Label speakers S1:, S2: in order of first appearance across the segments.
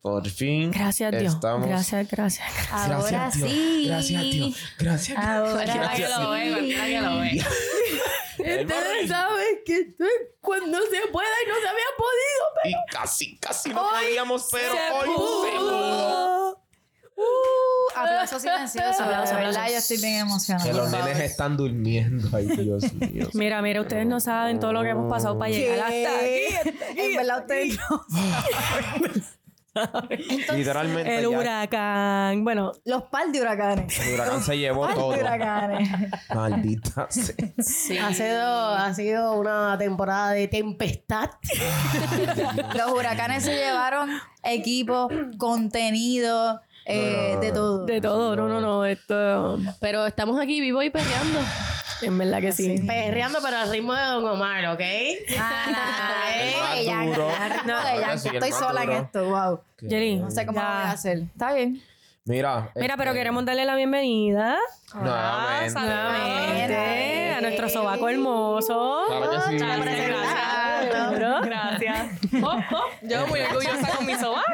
S1: Por fin.
S2: Gracias, Dios.
S1: Estamos-
S2: Gracias, gracias.
S3: Ahora
S4: Gracias, tío.
S3: sí.
S4: Gracias, tío. Gracias.
S3: Ahora
S2: Ahora
S3: sí.
S2: sí.
S5: que lo vea, espera que lo vea.
S2: Ustedes saben Este, que esto es cuando se pueda y no se había podido,
S1: Y casi, casi no
S2: Hoy
S1: podíamos, pero
S2: se Uh.
S1: hoy se pudo.
S2: pudo.
S5: Ah,
S3: Aplausos silenciosos, aplausos, aplausos. Yo estoy bien
S1: Que
S3: emocionada.
S1: los nenes están durmiendo. Ay, Dios mío.
S2: Mira, mira, ustedes no saben todo lo que hemos pasado para llegar hasta aquí.
S3: En verdad, ustedes no.
S5: Pues
S1: Literalmente.
S2: El
S1: ya
S2: huracán. Bueno,
S3: Los par de huracanes.
S1: el huracán se llevó
S3: Par
S1: todo.
S3: de huracanes.
S1: Maldita sea.
S5: Sí.
S6: Ha sido, ha sido una temporada de tempestad.
S3: Los huracanes se llevaron equipo, contenido, eh, de todo.
S2: de todo. No, no, no. Esto.
S5: Pero estamos aquí vivos y peleando.
S2: En verdad que sí.
S6: Perreando para el ritmo de Don Omar, ¿ok?
S3: Ah, nah,
S1: El
S3: eh,
S1: más
S3: ella-
S1: duro.
S3: no,
S1: Ahora
S3: ella-
S1: sí, el
S3: Estoy
S1: más
S3: sola en
S1: duro.
S3: esto, wow.
S2: Jenny.
S3: No sé cómo lo
S2: Ya.
S3: voy a hacer. Está bien.
S1: Mira.
S2: Mira,
S1: este,
S2: pero queremos Ah, darle la bienvenida
S1: nuevamente.
S2: nuevamente
S3: Nuevamente.
S2: a nuestro sobaco hermoso.
S1: Claro que sí.
S5: Muchas gracias.
S2: Claro.
S5: Gracias. Oh, oh, Yo muy orgullosa con mi sobaco.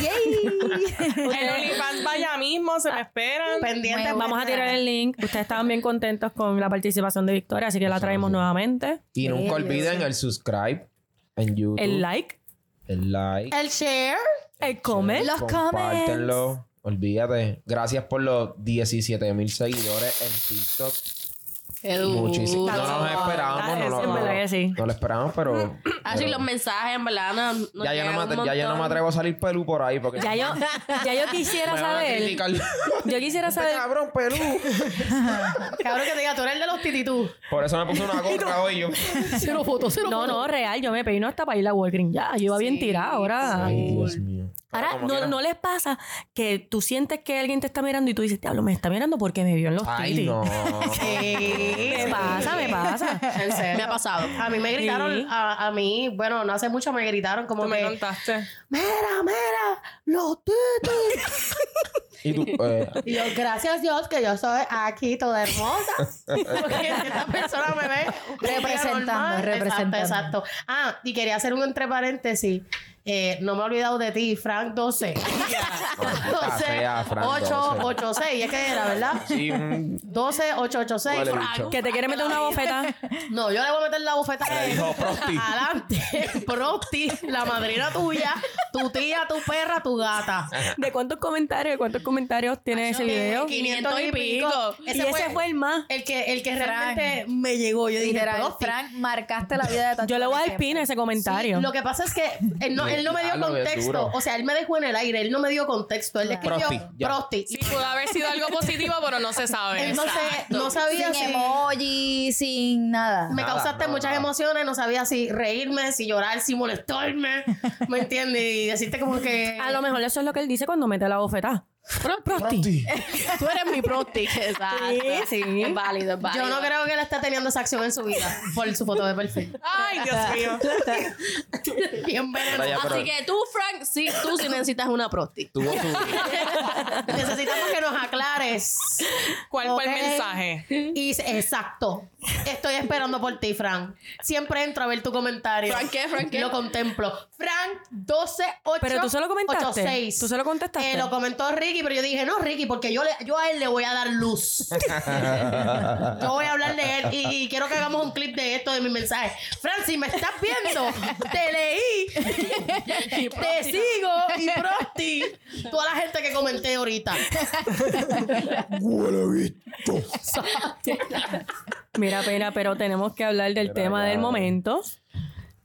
S3: ¡Yay!
S5: El OnlyFans vaya mismo, se me esperan.
S6: Pendiente.
S3: Nuevo.
S2: Vamos a tirar el link. Ustedes estaban bien contentos con la participación de Victoria, así que la traemos nuevamente.
S1: Y nunca olviden el subscribe en YouTube.
S2: El like,
S1: El like.
S6: El share.
S2: el comment.
S3: Los
S1: Compártenlo. Olvídate. Gracias por los 17 mil seguidores en TikTok. Muchísimo. No nos esperábamos. No,
S2: Es
S1: lo-
S2: en
S1: no,
S2: verdad que sí. Mm. Ah,
S1: no lo esperábamos, pero.
S5: Así
S1: pero-
S5: Ah, los mensajes, en verdad, no, no
S1: ya, yo no
S5: llegan
S1: me,
S5: un
S1: atre- ya yo no me
S5: montón.
S1: atrevo a salir pelú por ahí porque.
S2: Ya yo, ya yo quisiera
S1: me van a
S2: saber.
S1: criticar.
S2: Yo quisiera
S1: Este
S2: saber.
S1: cabrón pelú.
S6: Cabrón que te diga, tú eres el de los tititú.
S1: Por eso me puse una gorra hoy yo.
S6: Cero fotos, cero
S2: No, no, real. Yo me peino hasta para ir a Walgreens. Ya, yo iba bien tirada ahora.
S1: Ay, Dios mío.
S2: Ahora,
S1: Como
S2: no,
S1: quiera.
S2: ¿no les pasa que tú sientes que alguien te está mirando y tú dices, diablo, me está mirando porque me vio en los
S1: Ay,
S2: titis"?
S1: no.
S2: Me pasa, me pasa.
S6: En serio.
S5: Me ha pasado.
S6: A mí me gritaron,
S2: Sí.
S6: a, a mí, bueno, no hace mucho me gritaron como
S5: Tú me
S6: que,
S5: contaste.
S6: mira, mira, los titis.
S1: Y tú, eh,
S6: Y yo, gracias Dios que yo soy aquí toda hermosa. Porque esta persona me ve. un día
S3: Representando,
S6: normal.
S3: representando.
S6: Exacto, exacto. Ah, y quería hacer un entre paréntesis. Eh, no me he olvidado de ti, Frank 12.
S1: Maldita sea, Frank
S6: 8,
S1: 12.
S6: 8, 6. Es que era, ¿verdad?
S1: sí, un
S6: 12, 8, 8, 6.
S1: huele bicho.
S2: Que te quiere meter una bofeta.
S6: No, yo le voy a meter la bofetada.
S1: Le dijo Prosti.
S6: Adelante. Prosti, la madrina tuya, tu tía, tu perra, tu gata.
S2: ¿De cuántos comentarios? ¿De cuántos comentarios tiene ese video?
S5: 500 y pico.
S2: Y ese fue el más.
S6: El que, el que
S3: Frank.
S6: realmente me llegó. Yo dije,
S3: Literal,
S6: "Prosti".
S3: Frank, marcaste la vida de Tatiana.
S2: "Pues, Yo le voy al
S3: siempre.
S2: pin a ese comentario.
S6: Lo que pasa es que él no, él no me dio
S1: Diablo, qué duro.
S6: contexto. O sea, él me dejó en el aire. Él no me dio contexto. Él
S3: Claro.
S6: escribió
S1: Prosti, ya.
S6: prosti.
S5: Sí, pudo haber sido algo positivo, pero no se sabe.
S6: Entonces, no sabía
S3: Sin
S6: si...
S3: emoji, sin nada.
S6: Me
S1: Nada,
S6: causaste
S1: nada,
S6: muchas
S1: nada.
S6: emociones. No sabía si reírme, si llorar, si molestarme. ¿Me entiendes? Y decirte como que...
S2: A lo mejor eso es lo que él dice cuando mete la bofetada. Prosti.
S1: Prosti.
S5: Tú eres mi prosti. Exacto.
S2: Sí, sí.
S5: Es válido, es válido.
S6: Yo no creo que él está teniendo esa acción en su vida por su foto de perfil.
S5: Ay, Dios mío.
S6: Bien venenoso.
S1: Ahora ya, pero
S5: Así que tú, Frank, sí, tú sí necesitas una prosti.
S1: tuvo su.
S6: Necesitamos que nos aclares.
S7: ¿Cuál fue el
S6: Ok.
S7: mensaje?
S6: Y exacto. Estoy esperando por ti, Frank. Siempre entro a ver tu comentario.
S5: Frank, ¿qué? Frank, ¿qué?
S6: Lo contemplo. Frank 12 8
S2: Pero tú se lo comentaste.
S6: 86.
S2: Tú se lo contestaste.
S6: Eh, lo comentó Ricky, pero yo dije, "No, Ricky, porque yo le- yo a él le voy a dar luz." Yo voy a hablar de él y, y quiero que hagamos un clip de esto, de mi mensaje. Fran, si me estás viendo, te leí, te sigo y prosti. Toda la gente que comenté ahorita.
S2: Mira, pena, pero tenemos que hablar del
S1: Mira,
S2: tema
S1: ya.
S2: del momento.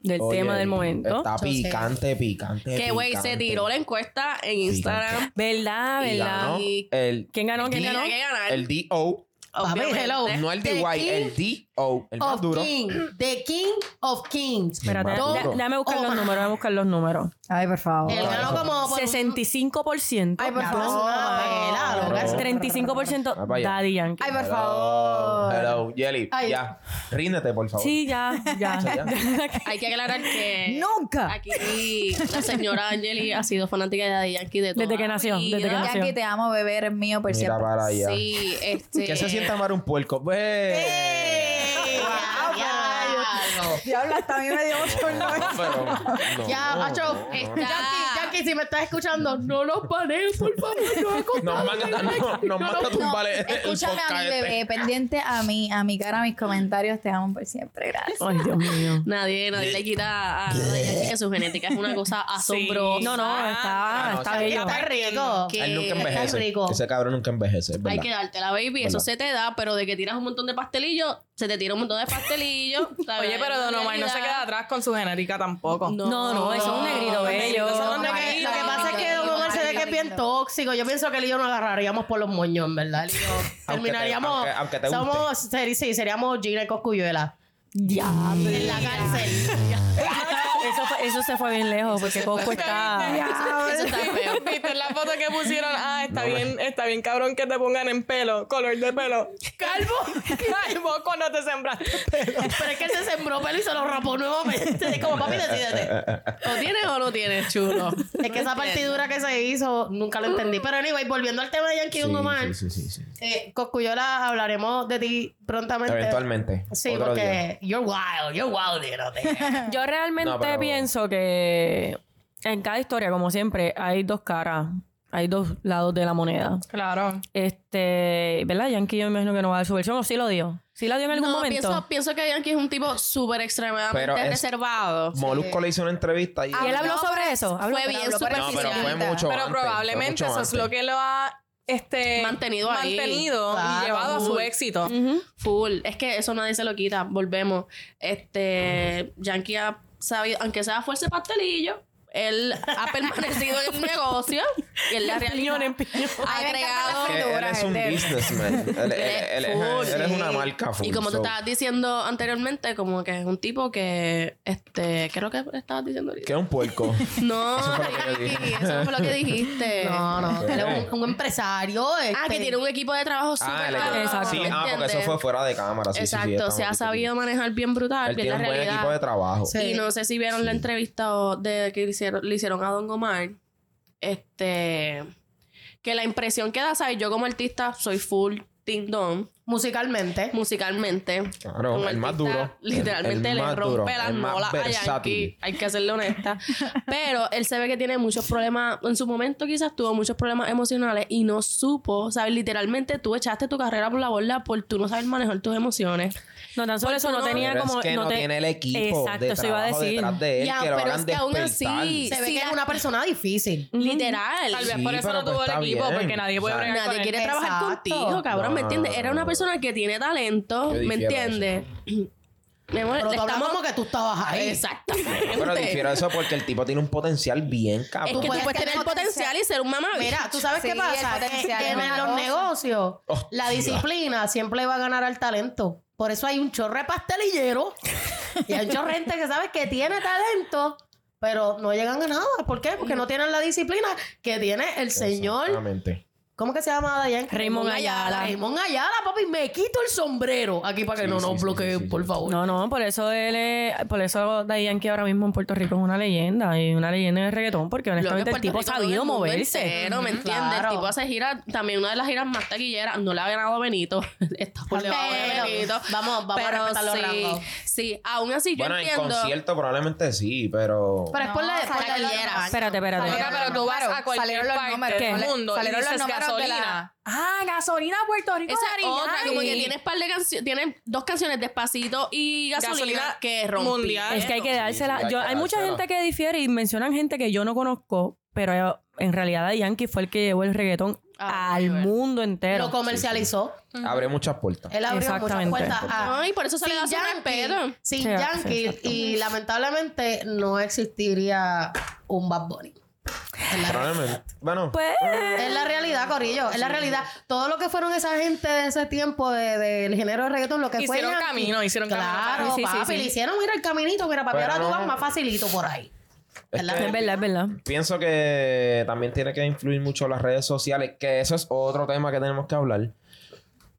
S2: Del
S1: Oye,
S2: tema del momento.
S1: Está
S6: sé.
S1: picante, picante.
S5: Que güey, se
S1: picante.
S5: tiró la encuesta en Instagram.
S2: ¿Verdad,
S1: Y
S2: verdad?
S1: ganó
S5: Y-
S1: el-
S2: ¿Quién ganó? ¿Quién
S5: Tenía
S2: ganó?
S5: que ganar.
S1: El DO.
S6: Papi,
S5: obviamente.
S6: hello.
S1: No el
S6: The
S1: DY, el DO. El más
S6: Of
S1: duro.
S6: King. The King of Kings.
S2: Espérate,
S1: Más
S2: da-
S1: duro.
S2: dame buscar
S6: Oh,
S2: los
S6: my.
S2: números, dame buscar los números.
S3: Ay, por favor.
S6: Él ganó como por un-
S2: 65%.
S3: Ay, por
S6: Ya,
S3: favor.
S6: es una vela, loca.
S1: Pero-
S2: 35%
S1: Ah, vaya.
S2: Daddy Yankee.
S3: Ay, por
S1: Hello,
S3: favor.
S1: Hello, Jelly.
S6: Ay.
S1: Ya. Ríndete, por favor.
S2: Sí, ya, ya.
S1: Ya.
S5: Hay que aclarar que
S3: Nunca.
S5: aquí la señora Angeli ha sido fanática de Daddy Yankee de toda
S2: Desde que
S5: la
S2: nació,
S5: vida.
S2: desde que nació.
S3: Jackie, te amo, bebé, eres mío por
S1: Mira
S3: siempre.
S1: para allá.
S5: Sí, este.
S1: Que se sienta amar un puerco. Ve.
S6: Ey, ya,
S3: Diablo, hasta a mí me dio mucho
S1: No, pero- no,
S6: ya, ya, macho.
S1: no, no.
S6: Jackie, Jackie, Ricky, si me estás escuchando, no nos pares, por favor, no hagas
S1: Nos van a, no, nos van a tumbar el- el
S3: Escúchame a
S1: podcast
S3: mi
S1: este.
S3: bebé, pendiente a mí, a mi cara, a mis comentarios. Te amo por siempre. Gracias.
S8: Ay, Dios mío.
S5: Nadie, nadie le quita a nadie que su genética es una cosa asombrosa.
S8: No, no, está,
S1: Ah, no,
S8: está
S1: sí,
S8: bello.
S6: Está rico.
S5: Que-
S1: Él nunca
S6: Está
S1: envejece.
S6: rico.
S1: Ese cabrón nunca envejece. es
S5: Hay
S1: verdad.
S5: que dártela, baby. Eso
S1: ¿Verdad?
S5: se te da, pero de que tiras un montón de pastelillos, se te tira un montón de pastelillos. ¿sabes?
S9: Oye, pero Don Omar no se queda atrás con su genérica tampoco.
S5: No.
S8: No, no, eso es un negrito
S9: No,
S8: bello.
S9: no, no, no,
S6: Lo que, lo que pasa es que Don Omar se ve que es bien tóxico. Yo pienso que él y yo nos agarraríamos por los moños, en verdad. Él y yo terminaríamos.
S1: aunque- aunque te guste.
S6: somos, seri- sí, seríamos Gina y Coscuyuela.
S8: Diablo.
S6: En la cárcel.
S8: Eso, fue- eso se fue bien lejos porque Coco está.
S5: Eso está feo.
S9: ¿Viste la foto que pusieron? Ah, está bien, está bien cabrón que te pongan en pelo, color de pelo. Calvo. Calvo cuando te sembraste.
S6: Pero es que él se sembró pelo y se lo rapó nuevamente. Es como, papi, decídete.
S5: ¿O tienes o no Uh. tienes, chulo?
S6: Es que esa partidura que se hizo, nunca lo entendí. Pero anyway, volviendo al tema de Yankee y Don Omar.
S1: Sí, sí, sí, sí.
S6: Eh, Coscuyola, hablaremos de ti prontamente.
S1: Eventualmente.
S6: Sí,
S1: otro día.
S6: porque you're wild, you're wild, you know, te-
S8: Yo realmente
S1: No, pero-
S8: pienso que en cada historia, como siempre, hay dos caras, hay dos lados de la moneda.
S9: Claro.
S8: Este, ¿verdad? Yankee yo me imagino que no va a dar su versión, o sí lo dio. Sí la dio en algún
S5: No,
S8: momento.
S5: pienso, pienso que Yankee es un tipo súper
S1: Pero
S5: extremadamente
S1: es-
S5: reservado.
S1: Molusco le hizo una entrevista y...
S8: Y él habló
S3: No,
S8: sobre eso. Habló-
S5: Fue bien
S1: no, pero fue
S5: superficial.
S1: mucho
S9: Pero
S1: antes,
S9: probablemente
S1: fue
S9: eso
S1: mucho
S9: es lo
S1: antes.
S9: que lo ha este,
S5: Mantenido ahí.
S9: mantenido
S6: Claro,
S9: y llevado a su
S5: Ah, full.
S9: éxito.
S5: Ujú. Full. Es que eso nadie se lo quita. Volvemos. Este, Yankee ha sabido, aunque sea fuerza de pastelillo, él ha permanecido en un negocio y él la realidad.
S8: Piñón en piñón.
S5: Ha agregado.
S1: Que él es un businessman. Él, él- él- él es, él es una marca full,
S5: Y como te
S1: so-
S5: estabas diciendo anteriormente, como que es un tipo que, este, ¿qué es lo que estabas diciendo ahorita?
S1: Que es un puerco.
S5: No,
S1: Eso fue lo que yo
S5: Ricky,
S1: dije.
S5: eso fue lo que dijiste.
S6: No, no, él es un, un empresario.
S5: Ah,
S6: este,
S5: que tiene un equipo de trabajo súper
S1: ah, él es-
S5: cabrón,
S8: Exacto.
S1: Sí, ah, porque eso
S5: ¿entiendes?
S1: fue fuera de cámara. sí, sí, sí,
S5: Exacto,
S1: estamos
S5: se ha
S1: aquí,
S5: sabido manejar bien brutal,
S1: Él tiene
S5: bien la
S1: un buen
S5: realidad.
S1: equipo de trabajo.
S6: Sí.
S5: Y no sé si vieron la entrevista o- de que hicieron, le hicieron a Don Omar. Este. Que la impresión que da, ¿sabes? Yo como artista soy full Ting Dong
S6: musicalmente.
S5: musicalmente.
S1: Claro,
S5: Como
S1: el más
S5: artista,
S1: duro.
S5: Literalmente
S1: El- el
S5: le
S1: más
S5: rompe
S1: duro,
S5: las
S1: el más
S5: nolas a
S1: versátil.
S5: Yankee. Hay que serle honesta. Pero él se ve que tiene muchos problemas. En su momento quizás tuvo muchos problemas emocionales y no supo, ¿sabes? Literalmente tú echaste tu carrera por la borda por tú no saber manejar tus emociones.
S8: No, tan solo eso, no tenía
S1: Pero
S8: como.
S1: es que no,
S8: te-
S1: tiene el equipo
S8: Exacto,
S1: de
S8: eso iba a
S1: trabajo
S8: decir.
S1: detrás de él
S5: Ya,
S1: que lo
S5: pero
S1: hagan
S5: es que aún
S1: despertar.
S5: así-
S6: Se ve
S5: Sí,
S6: que
S5: la-
S6: es una persona difícil.
S5: Literal.
S9: Tal vez
S1: Sí,
S9: por eso
S1: pero
S9: no
S1: pues
S9: tuvo
S1: está
S9: el equipo,
S1: bien.
S9: porque nadie puede
S1: O sea,
S9: bregar con
S5: Nadie
S9: él.
S5: quiere trabajar
S6: Exacto.
S5: contigo, cabrón, ¿me
S1: No,
S5: entiendes?
S1: no,
S5: Era
S1: no,
S5: una
S1: no.
S5: persona que tiene talento,
S1: Yo
S5: ¿me
S1: difiero de
S5: entiendes? Mi amor,
S6: Pero
S5: le
S6: tú hablas
S5: estamos...
S6: como que tú estabas ahí.
S5: Exactamente.
S1: Pero difiero de eso porque el tipo tiene un potencial bien
S5: Es
S1: cabrón.
S5: que tú
S6: puedes
S5: puedes tener
S6: tener
S5: el potencial y ser un mamá.
S6: Mira, tú sabes
S3: Sí,
S6: qué pasa.
S3: el
S6: Que,
S3: potencial
S6: que
S3: es
S6: en
S3: una
S6: los
S3: cosa.
S6: negocios, la
S1: Hostia.
S6: disciplina siempre va a ganar al talento. Por eso hay un chorre pastelillero y hay un chorre gente que sabes que tiene talento, pero no llegan a nada. ¿Por qué? Porque no tienen la disciplina que tiene el señor.
S1: Exactamente.
S6: ¿Cómo que se llama Dayan?
S8: Raymond Ayala.
S6: Raymond Ayala, papi, me quito el sombrero aquí para que
S1: Sí,
S6: no
S1: sí,
S6: nos
S1: sí,
S6: bloqueen,
S1: sí, sí,
S6: por
S1: sí.
S6: favor.
S8: No, no, por eso él es, por eso Daddy Yankee ahora mismo en Puerto Rico es una leyenda y una leyenda en el reggaetón porque
S5: Lo que es
S8: honestamente el
S5: Puerto
S8: tipo ha
S5: Rico todo
S8: sabido
S5: el mundo
S8: moverse.
S5: entero, ¿me entiendes?
S6: Claro.
S5: El tipo hace giras, también una de las giras más taquilleras, no la ha ganado Benito. Está por
S6: Pero-
S5: debajo de Benito.
S6: vamos- vamos a
S5: Pero
S6: respetar los
S5: sí,
S6: rangos.
S5: Sí, aún así yo
S1: Bueno, en
S5: entiendo.
S1: concierto probablemente sí, pero...
S6: Pero es por la, por la-
S8: Espérate, espérate.
S9: Loca, pero tú vas a cualquier parte
S8: ¿Qué?
S9: del mundo y
S3: Salieron los
S9: dices
S3: números de la-
S9: gasolina.
S8: Ah, gasolina Puerto Rico.
S5: Esa es otra, como que
S8: Ay.
S5: tienes par de canciones, tienes dos canciones, Despacito y Gasolina,
S9: Gasolina
S5: que rompí.
S9: mundial.
S8: Es que hay que dársela.
S1: sí, hay
S8: Yo-
S1: que
S8: hay mucha
S1: dársela.
S8: gente que difiere y mencionan gente que yo no conozco, pero eh, en realidad Daddy Yankee fue el que llevó el reggaetón
S5: Ah,
S8: al
S5: bueno.
S8: mundo
S6: lo
S8: entero.
S6: comercializó.
S1: Abre muchas puertas.
S6: Él abrió muchas
S8: Exactamente.
S6: puertas a,
S5: Ay, Ah, por eso se
S6: sin
S5: le da su respeto.
S6: Yankee, sin
S8: Sí, sí,
S6: Yankee
S8: exacto.
S6: y lamentablemente no existiría un Bad Bunny. Es la,
S1: Probablemente. Bueno,
S8: Pues
S1: Ah.
S6: es la realidad, Corillo. Es la realidad. Todo lo que fueron esa gente de ese tiempo de- del género de reggaetón, lo que fue
S9: Hicieron
S6: Yankee,
S9: camino, hicieron camino.
S6: Claro,
S8: Sí, sí,
S6: papi.
S8: sí.
S6: Le hicieron, mira el caminito, mira, papi.
S1: Pero
S6: ahora tú
S1: no-
S6: vas más facilito por ahí.
S1: es
S6: la-
S1: que
S8: es verdad, es verdad.
S1: pienso que también tiene que influir mucho las redes sociales, que eso es otro tema que tenemos que hablar.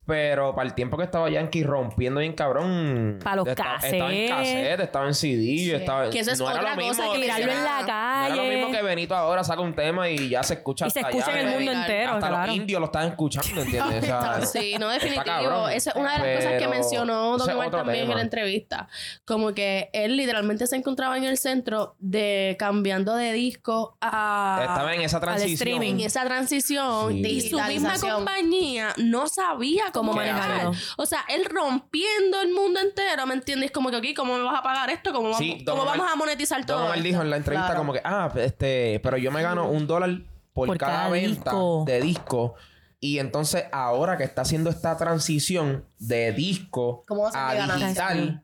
S1: Pero para el tiempo que estaba Yankee rompiendo bien cabrón.
S2: Pa' los
S1: esta- Estaba en
S2: cassettes.
S1: cassette, estaba en CD, estaba.
S5: Que eso es otra cosa que
S2: tirarlo en la
S1: No era lo
S2: calle.
S1: mismo que Benito ahora saca un tema y ya se escucha
S2: Y se
S1: hasta
S2: escucha
S1: allá,
S2: en el
S1: ¿no?
S2: mundo entero,
S1: Hasta
S2: claro.
S1: los indios lo están escuchando, ¿entiendes? O sea,
S5: Sí, no,
S1: está
S5: definitivo.
S1: cabrón.
S5: Esa es una de las cosas que
S1: Pero
S5: mencionó Don
S1: ese es
S5: Omar
S1: otro
S5: también
S1: tema.
S5: en la entrevista. Como que él literalmente se encontraba en el centro de cambiando de disco a.
S1: Estaba en esa transición.
S2: streaming.
S5: en esa transición
S1: Sí.
S5: y su misma
S6: Digitalización.
S5: compañía no sabía cómo
S1: ¿Qué
S5: manejarlo.
S2: hacer?
S5: O sea, él rompiendo el mundo entero, ¿me entiendes? Como que aquí, ¿cómo me vas a pagar esto? ¿Cómo,
S1: Sí,
S5: vamos,
S1: Don
S5: cómo
S1: Omar-
S5: vamos a monetizar
S1: Don
S5: todo?
S1: Omar
S5: esto?
S1: dijo en la entrevista
S6: Claro.
S1: como que, ah, este, pero yo me gano un dólar por,
S2: Por
S1: cada,
S2: cada
S1: venta
S2: disco.
S1: de disco. Y entonces ahora que está haciendo esta transición de disco
S6: ¿Cómo vas a
S1: a
S6: hacer que ganas?
S1: digital,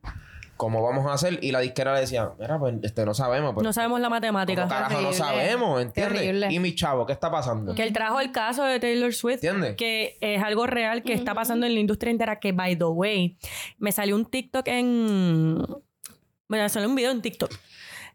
S1: ¿cómo vamos a hacer? Y la disquera le decía, mira, pues este, no sabemos. Pero
S2: No sabemos la
S1: ¿cómo
S2: matemática.
S1: carajo no
S3: Terrible.
S1: sabemos, ¿entiendes?
S3: Terrible.
S1: Y mi chavo, ¿qué está pasando?
S2: Que él trajo el caso de Taylor Swift,
S1: ¿Entiendes?
S2: que es algo real que está pasando en la industria entera, que by the way, me salió un TikTok en... Bueno, salió un video en TikTok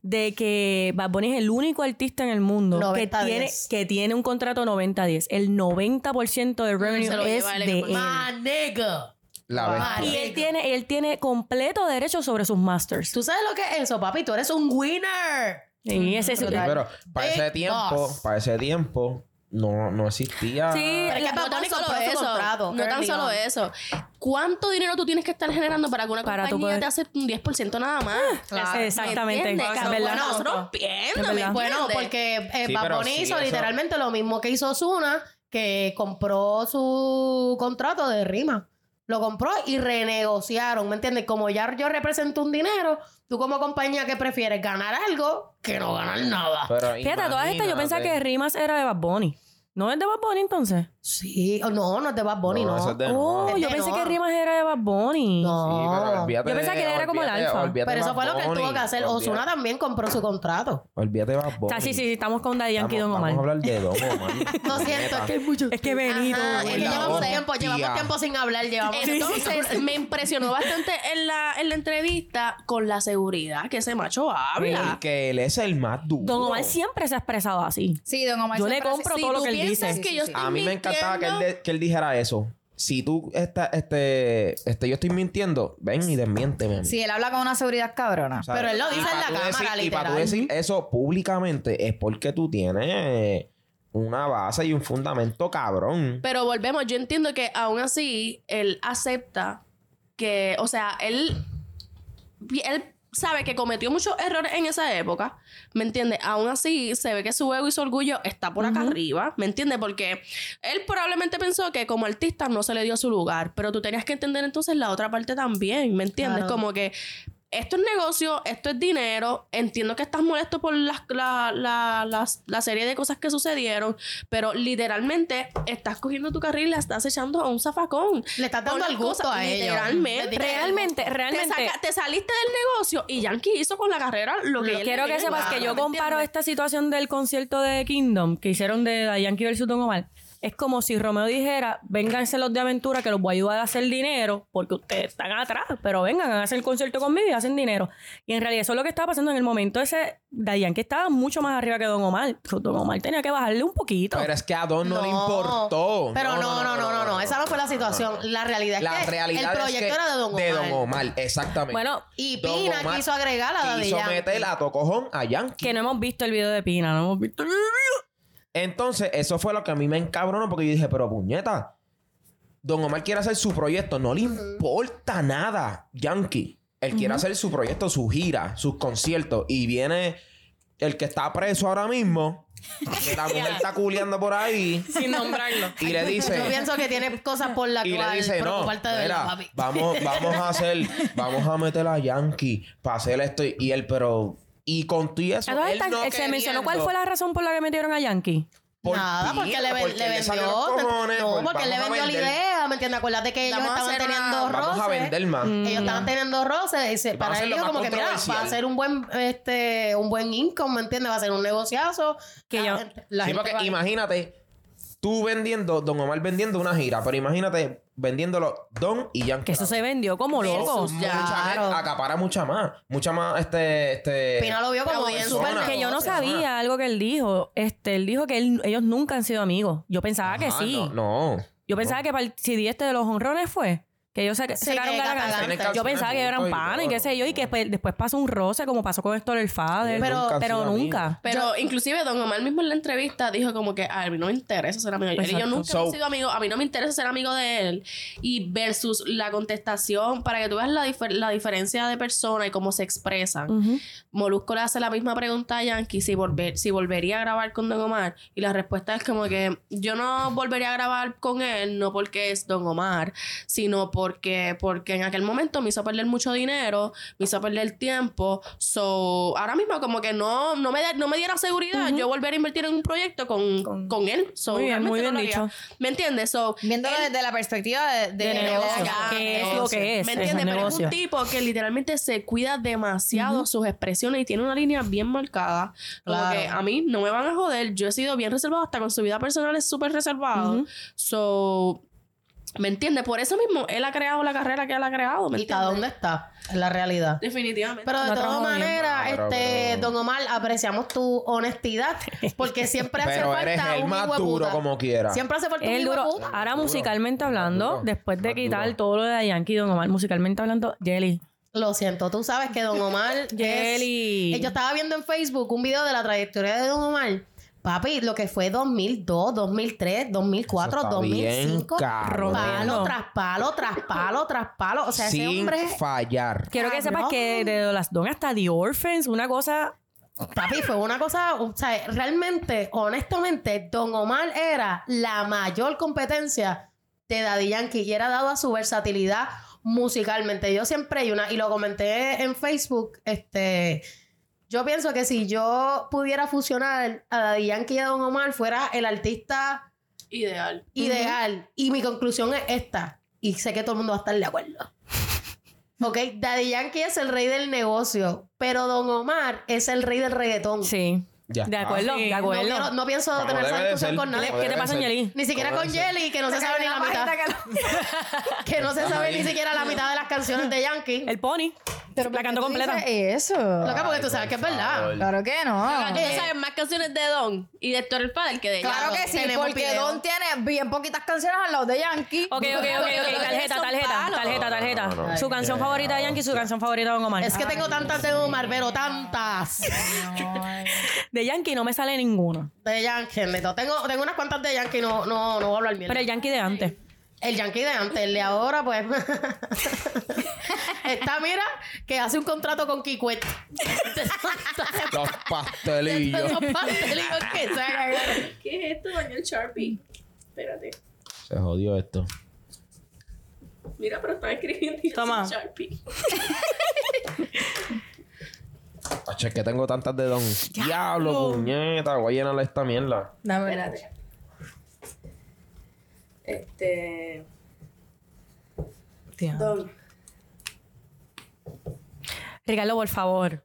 S2: de que Bad Bunny es el único artista en el mundo que
S6: 90-10.
S2: tiene, que tiene un contrato 90-10. El 90% de
S5: se lo
S2: revenue es
S5: lleva él en
S2: de
S5: el
S2: él.
S6: My nigga.
S1: La bestia.
S2: Y él tiene, él tiene completo derecho sobre sus masters.
S6: ¿Tú sabes lo que es eso, papi? Tú eres un winner.
S2: Y ese es...
S1: Sí, pero para
S6: Big
S1: ese tiempo,
S6: boss.
S1: para ese tiempo, no, no existía.
S2: Sí,
S6: Pero es que
S5: no
S6: Bad
S5: tan
S6: Bunny
S5: solo
S6: compró su
S5: eso,
S6: contrato
S5: no tan
S6: early
S5: solo
S6: on.
S5: eso. ¿Cuánto dinero tú tienes que estar generando para que una
S2: Para tú
S5: compañía
S2: poder-
S5: te acepte un 10% nada más?
S2: Claro. Exactamente.
S5: ¿Me entiendes?
S2: Es
S5: Cabrón,
S2: verdad. Es
S5: nosotros rompiendo,
S2: verdad.
S5: ¿me
S6: Bueno,
S5: entiendes?
S6: porque eh,
S1: Ah. Sí,
S6: Bad
S1: pero
S6: Bunny
S1: sí,
S6: hizo
S1: eso-
S6: literalmente lo mismo que hizo Osuna, que compró su contrato de rima. Lo compró y renegociaron, ¿me entiendes? Como ya yo represento un dinero, tú como compañía que prefieres ganar algo que no ganar nada.
S1: Pero
S2: Fíjate, todas estas yo pensaba que
S1: imagínate.
S2: Rimas era de Bad Bunny. ¿No es de Bad Bunny entonces?
S6: Sí, oh, no, no es de Bad Bunny, no.
S1: eso es de-
S2: Oh,
S6: no.
S2: yo
S6: Este
S2: pensé
S6: no.
S2: que Rimas era de Bad Bunny.
S1: Sí, pero
S6: No.
S1: olvídate
S2: Yo pensaba
S1: de-
S2: que él era como el
S1: olvídate-
S2: alfa.
S1: olvídate
S6: Oh. pero eso
S1: Bad
S6: fue lo que él
S1: Bunny,
S6: tuvo que hacer.
S1: olvídate-
S6: Osuna también compró su contrato.
S1: Olvídate de Bad
S2: O
S1: Bunny.
S2: sea, sí, sí, sí, estamos con Daddy Yankee y
S1: Vamos-
S2: Don
S1: Vamos a
S2: Omar.
S1: hablar de Don Omar.
S6: Lo siento, es que hay mucho.
S2: Es que Benito.
S6: Ajá, es que
S1: la
S6: llevamos
S1: hostia.
S6: tiempo, llevamos tiempo sin hablar, llevamos
S5: Entonces, me impresionó bastante en la, en la entrevista con la seguridad que ese macho habla.
S1: Porque él es el más duro.
S2: Don Omar siempre se ha expresado así.
S3: Sí, don Omar.
S2: Yo le
S3: siempre hace-
S2: compro
S3: Sí,
S2: todo lo
S3: tú
S2: que él
S3: piensas
S2: dice.
S3: que
S5: Sí,
S3: yo
S5: sí, sí.
S3: estoy-
S1: A mí me
S5: mintiendo.
S1: encantaba que él, de- que él dijera eso. Si tú estás, este, este, yo estoy mintiendo, ven y desmiénteme. a mí.
S3: Sí, él habla con una seguridad cabrona.
S1: ¿Sabes?
S6: Pero él lo
S1: Y
S6: dice en
S1: para
S6: la
S1: tú
S6: cámara,
S1: decir- Y para tú decir
S6: literal.
S1: eso públicamente es porque tú tienes una base y un fundamento cabrón.
S5: Pero volvemos, yo entiendo que aún así él acepta que, o sea, él, él sabe que cometió muchos errores en esa época, ¿me entiendes? Aún así se ve que su ego y su orgullo está por acá arriba, ¿me entiendes? Porque él probablemente pensó que como artista no se le dio su lugar, pero tú tenías que entender entonces la otra parte también, ¿me entiendes?
S6: Claro.
S5: Como que... Esto es negocio, esto es dinero. Entiendo que estás molesto por las- la, la- las- la serie de cosas que sucedieron, pero literalmente estás cogiendo tu carril y la estás echando a un zafacón.
S6: Le estás dando
S5: Con
S6: el
S5: las
S6: gusto
S5: cosas,
S6: a ellos.
S5: literalmente.
S6: Les dije,
S2: Realmente,
S5: Te,
S2: realmente.
S5: saca- te saliste del negocio y Yankee hizo con la carrera lo que él
S2: Quiero que
S5: quería.
S2: sepas que yo
S5: ¿Me
S2: comparo
S5: entiendes?
S2: esta situación del concierto de Kingdom que hicieron de Daddy Yankee versus Don Omar. Es como si Romeo dijera, vénganse los de aventura que los voy a ayudar a hacer dinero porque ustedes están atrás, pero vengan a hacer el concierto conmigo y hacen dinero. Y en realidad eso es lo que estaba pasando en el momento ese. Daddy Yankee estaba mucho más arriba que Don Omar. Don Omar tenía que bajarle un poquito.
S1: Pero es que a Don no, le
S6: No.
S1: importó.
S6: Pero no, no, no, no, no, Esa no fue la situación. La realidad es
S1: La
S6: que
S1: realidad
S6: el proyecto
S1: es que
S6: era de Don Omar.
S1: De Don Omar, exactamente.
S2: Bueno,
S6: Y
S1: Don
S6: Pina
S1: Omar
S6: quiso agregar a Daddy
S1: Quiso
S6: Yankee.
S1: meter a Tocojón a Yankee.
S2: que no hemos visto el video de Pina, no hemos visto el video.
S1: Entonces, eso fue lo que a mí me encabronó porque yo dije, pero puñeta, Don Omar quiere hacer su proyecto, no le importa nada, Yankee. Él quiere hacer su proyecto, su gira, sus conciertos y viene el que está preso ahora mismo, que la mujer está culeando por ahí
S9: Sin nombrarlo.
S1: y le
S6: Yo
S1: dice...
S6: pienso que tiene cosas por las
S1: Y le
S6: cuales
S1: dice, no,
S6: preocuparte de
S1: mira,
S6: verdad, papi.
S1: vamos, vamos a hacer, vamos a meter a Yankee para hacer esto. Y él, pero, y con todo y eso,
S2: A todas
S1: él
S2: estas,
S1: no
S2: eh, se mencionó cuál
S1: queriendo-
S2: fue la razón por la que metieron a Yankee.
S1: por
S6: Nada,
S1: pila,
S6: porque le, ven- le
S1: le salió
S6: vendió.
S1: los cojones,
S6: no,
S1: pues,
S6: porque le
S1: vamos a
S6: vendió la
S1: vender-
S6: idea, ¿me entiendes? Acuérdate que ellos
S5: Vamos a
S6: estaban
S5: hacer una-
S6: teniendo roces.
S1: Vamos a vender más.
S6: Ellos estaban teniendo roces. Y se-
S1: Y vamos a
S6: para
S1: hacer lo
S6: ellos,
S1: más
S6: como que, mira, va a
S1: controversial.
S6: ser un buen, este, un buen income, ¿me entiendes? Va a ser un negociazo.
S2: Que
S6: La
S2: yo-
S6: gente- la
S1: Sí,
S6: gente
S1: porque
S6: va-
S1: imagínate, tú vendiendo, Don Omar vendiendo una gira, pero imagínate vendiéndolo Don y Yankee.
S2: Que eso se vendió como loco.
S1: Mucha gente acapara mucha más. Mucha más, este, este...
S6: Pina lo vio como
S1: persona.
S6: súper
S2: Que yo no
S1: Persona.
S2: sabía algo que él dijo. Este, él dijo que él- ellos nunca han sido amigos. Yo pensaba que
S1: Ajá,
S2: sí.
S1: No, no.
S2: Yo pensaba que para el CD este de los honrones fue. Que ellos se, sacaron
S6: que
S2: garganta.
S6: Galante.
S2: Yo pensaba que eran pan y qué sé yo, y que después, después pasó un roce, como pasó con esto el Fader.
S1: Pero- Nunca
S2: Pero,
S1: han sido
S2: nunca.
S5: Pero inclusive Don Omar mismo en la entrevista dijo como que "Ah, a mí no me interesa ser amigo. de Él y yo
S2: Exacto.
S5: nunca
S1: So-
S5: hemos sido amigos. A mí no me interesa ser amigo de él. Y versus la contestación, para que tú veas la, difer- la diferencia de persona y cómo se expresan.
S2: Ujú.
S5: Molusco le hace la misma pregunta a Yankee si, volver, si volvería a grabar con Don Omar. Y la respuesta es como que yo no volvería a grabar con él, no porque es Don Omar, sino porque, porque en aquel momento me hizo perder mucho dinero, me hizo perder tiempo. So, ahora mismo como que no, no, me, da- no me diera seguridad yo volver a invertir en un proyecto con,
S2: Con-
S5: con, él. So,
S2: Muy bien, muy
S5: realmente no
S2: bien
S5: lo haría. ¿Me entiendes? So,
S3: Viéndolo desde la perspectiva de, de,
S2: De negocio.
S3: la-
S2: Que es lo que es.
S5: ¿Me
S2: es
S5: entiendes?
S2: el
S5: Pero es
S2: negocio.
S5: un tipo que literalmente se cuida demasiado sus expresiones y tiene una línea bien marcada. Como
S6: Claro.
S5: que a mí no me van a joder. Yo he sido bien reservado, hasta con su vida personal es súper reservado.
S2: Ujú.
S5: So, ¿me entiendes? Por eso mismo él ha creado la carrera que él ha creado. ¿me
S6: ¿Y cada
S5: entiendes?
S6: dónde está? En la realidad.
S5: Definitivamente.
S6: Pero de
S2: No
S6: todas
S2: trabajo bien.
S6: maneras,
S1: Claro,
S6: este,
S1: Ah, pero-
S6: Don Omar, apreciamos tu honestidad. Porque siempre hace
S1: Pero eres
S6: falta
S1: el
S6: un
S1: más
S6: hijo de
S1: duro
S6: puta.
S1: como quiera.
S6: Siempre hace falta un
S2: Es
S6: hijo de
S2: duro.
S6: puta.
S2: Ahora,
S1: Duro.
S2: musicalmente
S1: Más
S2: hablando,
S1: duro.
S2: después de
S1: Más
S2: quitar
S1: duro.
S2: todo lo de Yankee y Don Omar, musicalmente hablando, Jelly.
S6: Lo siento, tú sabes que Don Omar. es-
S2: Jelly.
S6: Eh, Yo estaba viendo en Facebook un video de la trayectoria de Don Omar. Papi, lo que fue 2002, 2003, 2004,
S1: Eso está
S6: 2005.
S1: bien, cabrón.
S6: palo
S2: Rompiendo.
S6: tras palo, tras palo, tras palo. O sea, ese
S1: Sin
S6: hombre.
S1: fallar.
S2: Quiero que sepas
S6: Cabrón.
S2: que de las Don hasta The Orphans, una cosa.
S6: Papi, fue una cosa, o sea, realmente, honestamente, Don Omar era la mayor competencia de Daddy Yankee y era dado a su versatilidad musicalmente. Yo siempre, y, una, y lo comenté en Facebook, este, yo pienso que si yo pudiera fusionar a Daddy Yankee y a Don Omar, fuera el artista
S5: Ideal.
S6: ideal. Y mi conclusión es esta, y sé que todo el mundo va a estar de acuerdo. Ok, Daddy Yankee es el rey del negocio, pero Don Omar es el rey del reggaetón.
S2: Sí.
S1: Ya
S2: De
S1: está.
S2: acuerdo, de
S6: Ah, No,
S2: acuerdo.
S6: quiero- no pienso
S1: Como
S6: tener esa
S1: debe de
S6: discusión
S1: ser,
S6: con
S1: como
S6: nadie.
S2: ¿Qué
S1: debe
S2: te pasa,
S1: ser.
S2: Angeli?
S6: Ni siquiera
S1: Como
S6: con
S1: debe ser.
S6: Jelly, que no se sabe ni la mitad. Que no se sabe ni siquiera la mitad de las canciones de Yankee.
S2: El Pony. la canto completa.
S3: Eso.
S6: Loca, porque tú sabes que es verdad.
S3: Claro que no.
S5: Tú
S6: Eh.
S5: sabes más canciones de Don y de Héctor el Padre que de
S6: Claro.
S3: Claro que sí,
S6: tenemos
S3: porque
S6: video.
S3: Don tiene bien poquitas canciones al lado de Yankee.
S2: Ok, ok, ok, ok. Tarjeta, tarjeta, tarjeta, tarjeta.
S1: Ah, No, no, no.
S2: Su canción favorita de Yankee, su canción favorita de Don Omar.
S6: Es que tengo tantas de Omar, pero tantas.
S2: De Yankee no me sale ninguna.
S6: De Yankee, neto. Tengo, tengo unas cuantas de Yankee, no, no, no voy a hablar mierda.
S2: Pero el Yankee de antes.
S6: El Yankee de antes, el de ahora, pues. Está, mira, que hace un contrato con Kikwet.
S1: Los pastelillos.
S5: ¿Qué es esto, Daniel Sharpie? Espérate.
S1: Se jodió esto.
S5: Mira, pero está escribiendo
S2: Toma.
S5: Sharpie.
S1: Tacho, es que tengo tantas de don. Diablo, puñeta. Voy a llenarle esta mierda.
S5: Espérate. Este. Don.
S2: Ricardo, por favor.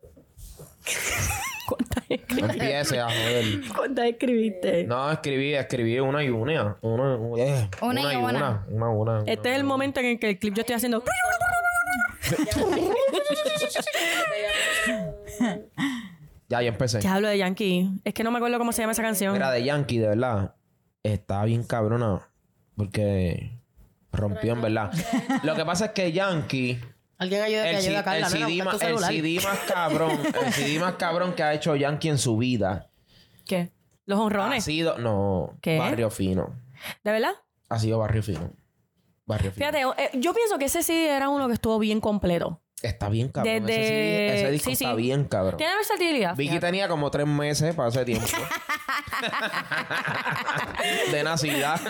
S2: ¿Cuántas escri-
S1: No empieces a joder.
S2: cuántas escribiste?
S1: No, escribí, escribí una y una. Una, eh,
S3: Una y
S1: y
S3: una.
S1: una. Una, una.
S6: Eh.
S2: Este es el momento en el que el clip yo estoy haciendo.
S1: Ya, ya empecé.
S2: Ya hablo de Yankee. Es que no me acuerdo cómo se llama esa canción.
S1: Mira, de Yankee, de verdad. Está bien cabrona. Porque rompió, en verdad. Lo que pasa es que Yankee.
S6: Alguien ayude que
S1: El,
S6: ayude
S1: C-
S6: a Carla.
S1: el
S6: nena,
S1: CD,
S6: busca tu
S1: más, el
S6: celular.
S1: CD más cabrón. El CD más cabrón que ha hecho Yankee en su vida.
S2: ¿Qué? Los
S1: Ha
S2: honrones.
S1: sido. No.
S2: ¿Qué?
S1: Barrio Fino.
S2: ¿De verdad?
S1: Ha sido Barrio Fino. Barrio Fino.
S2: Fíjate, eh, yo pienso que ese sí era uno que estuvo bien completo.
S1: Está bien cabrón.
S2: Desde-
S1: Ese, CD ese disco
S2: sí, sí.
S1: está bien cabrón.
S2: Tiene versatilidad.
S1: Vicky tenía como tres meses para ese tiempo. de nacidad.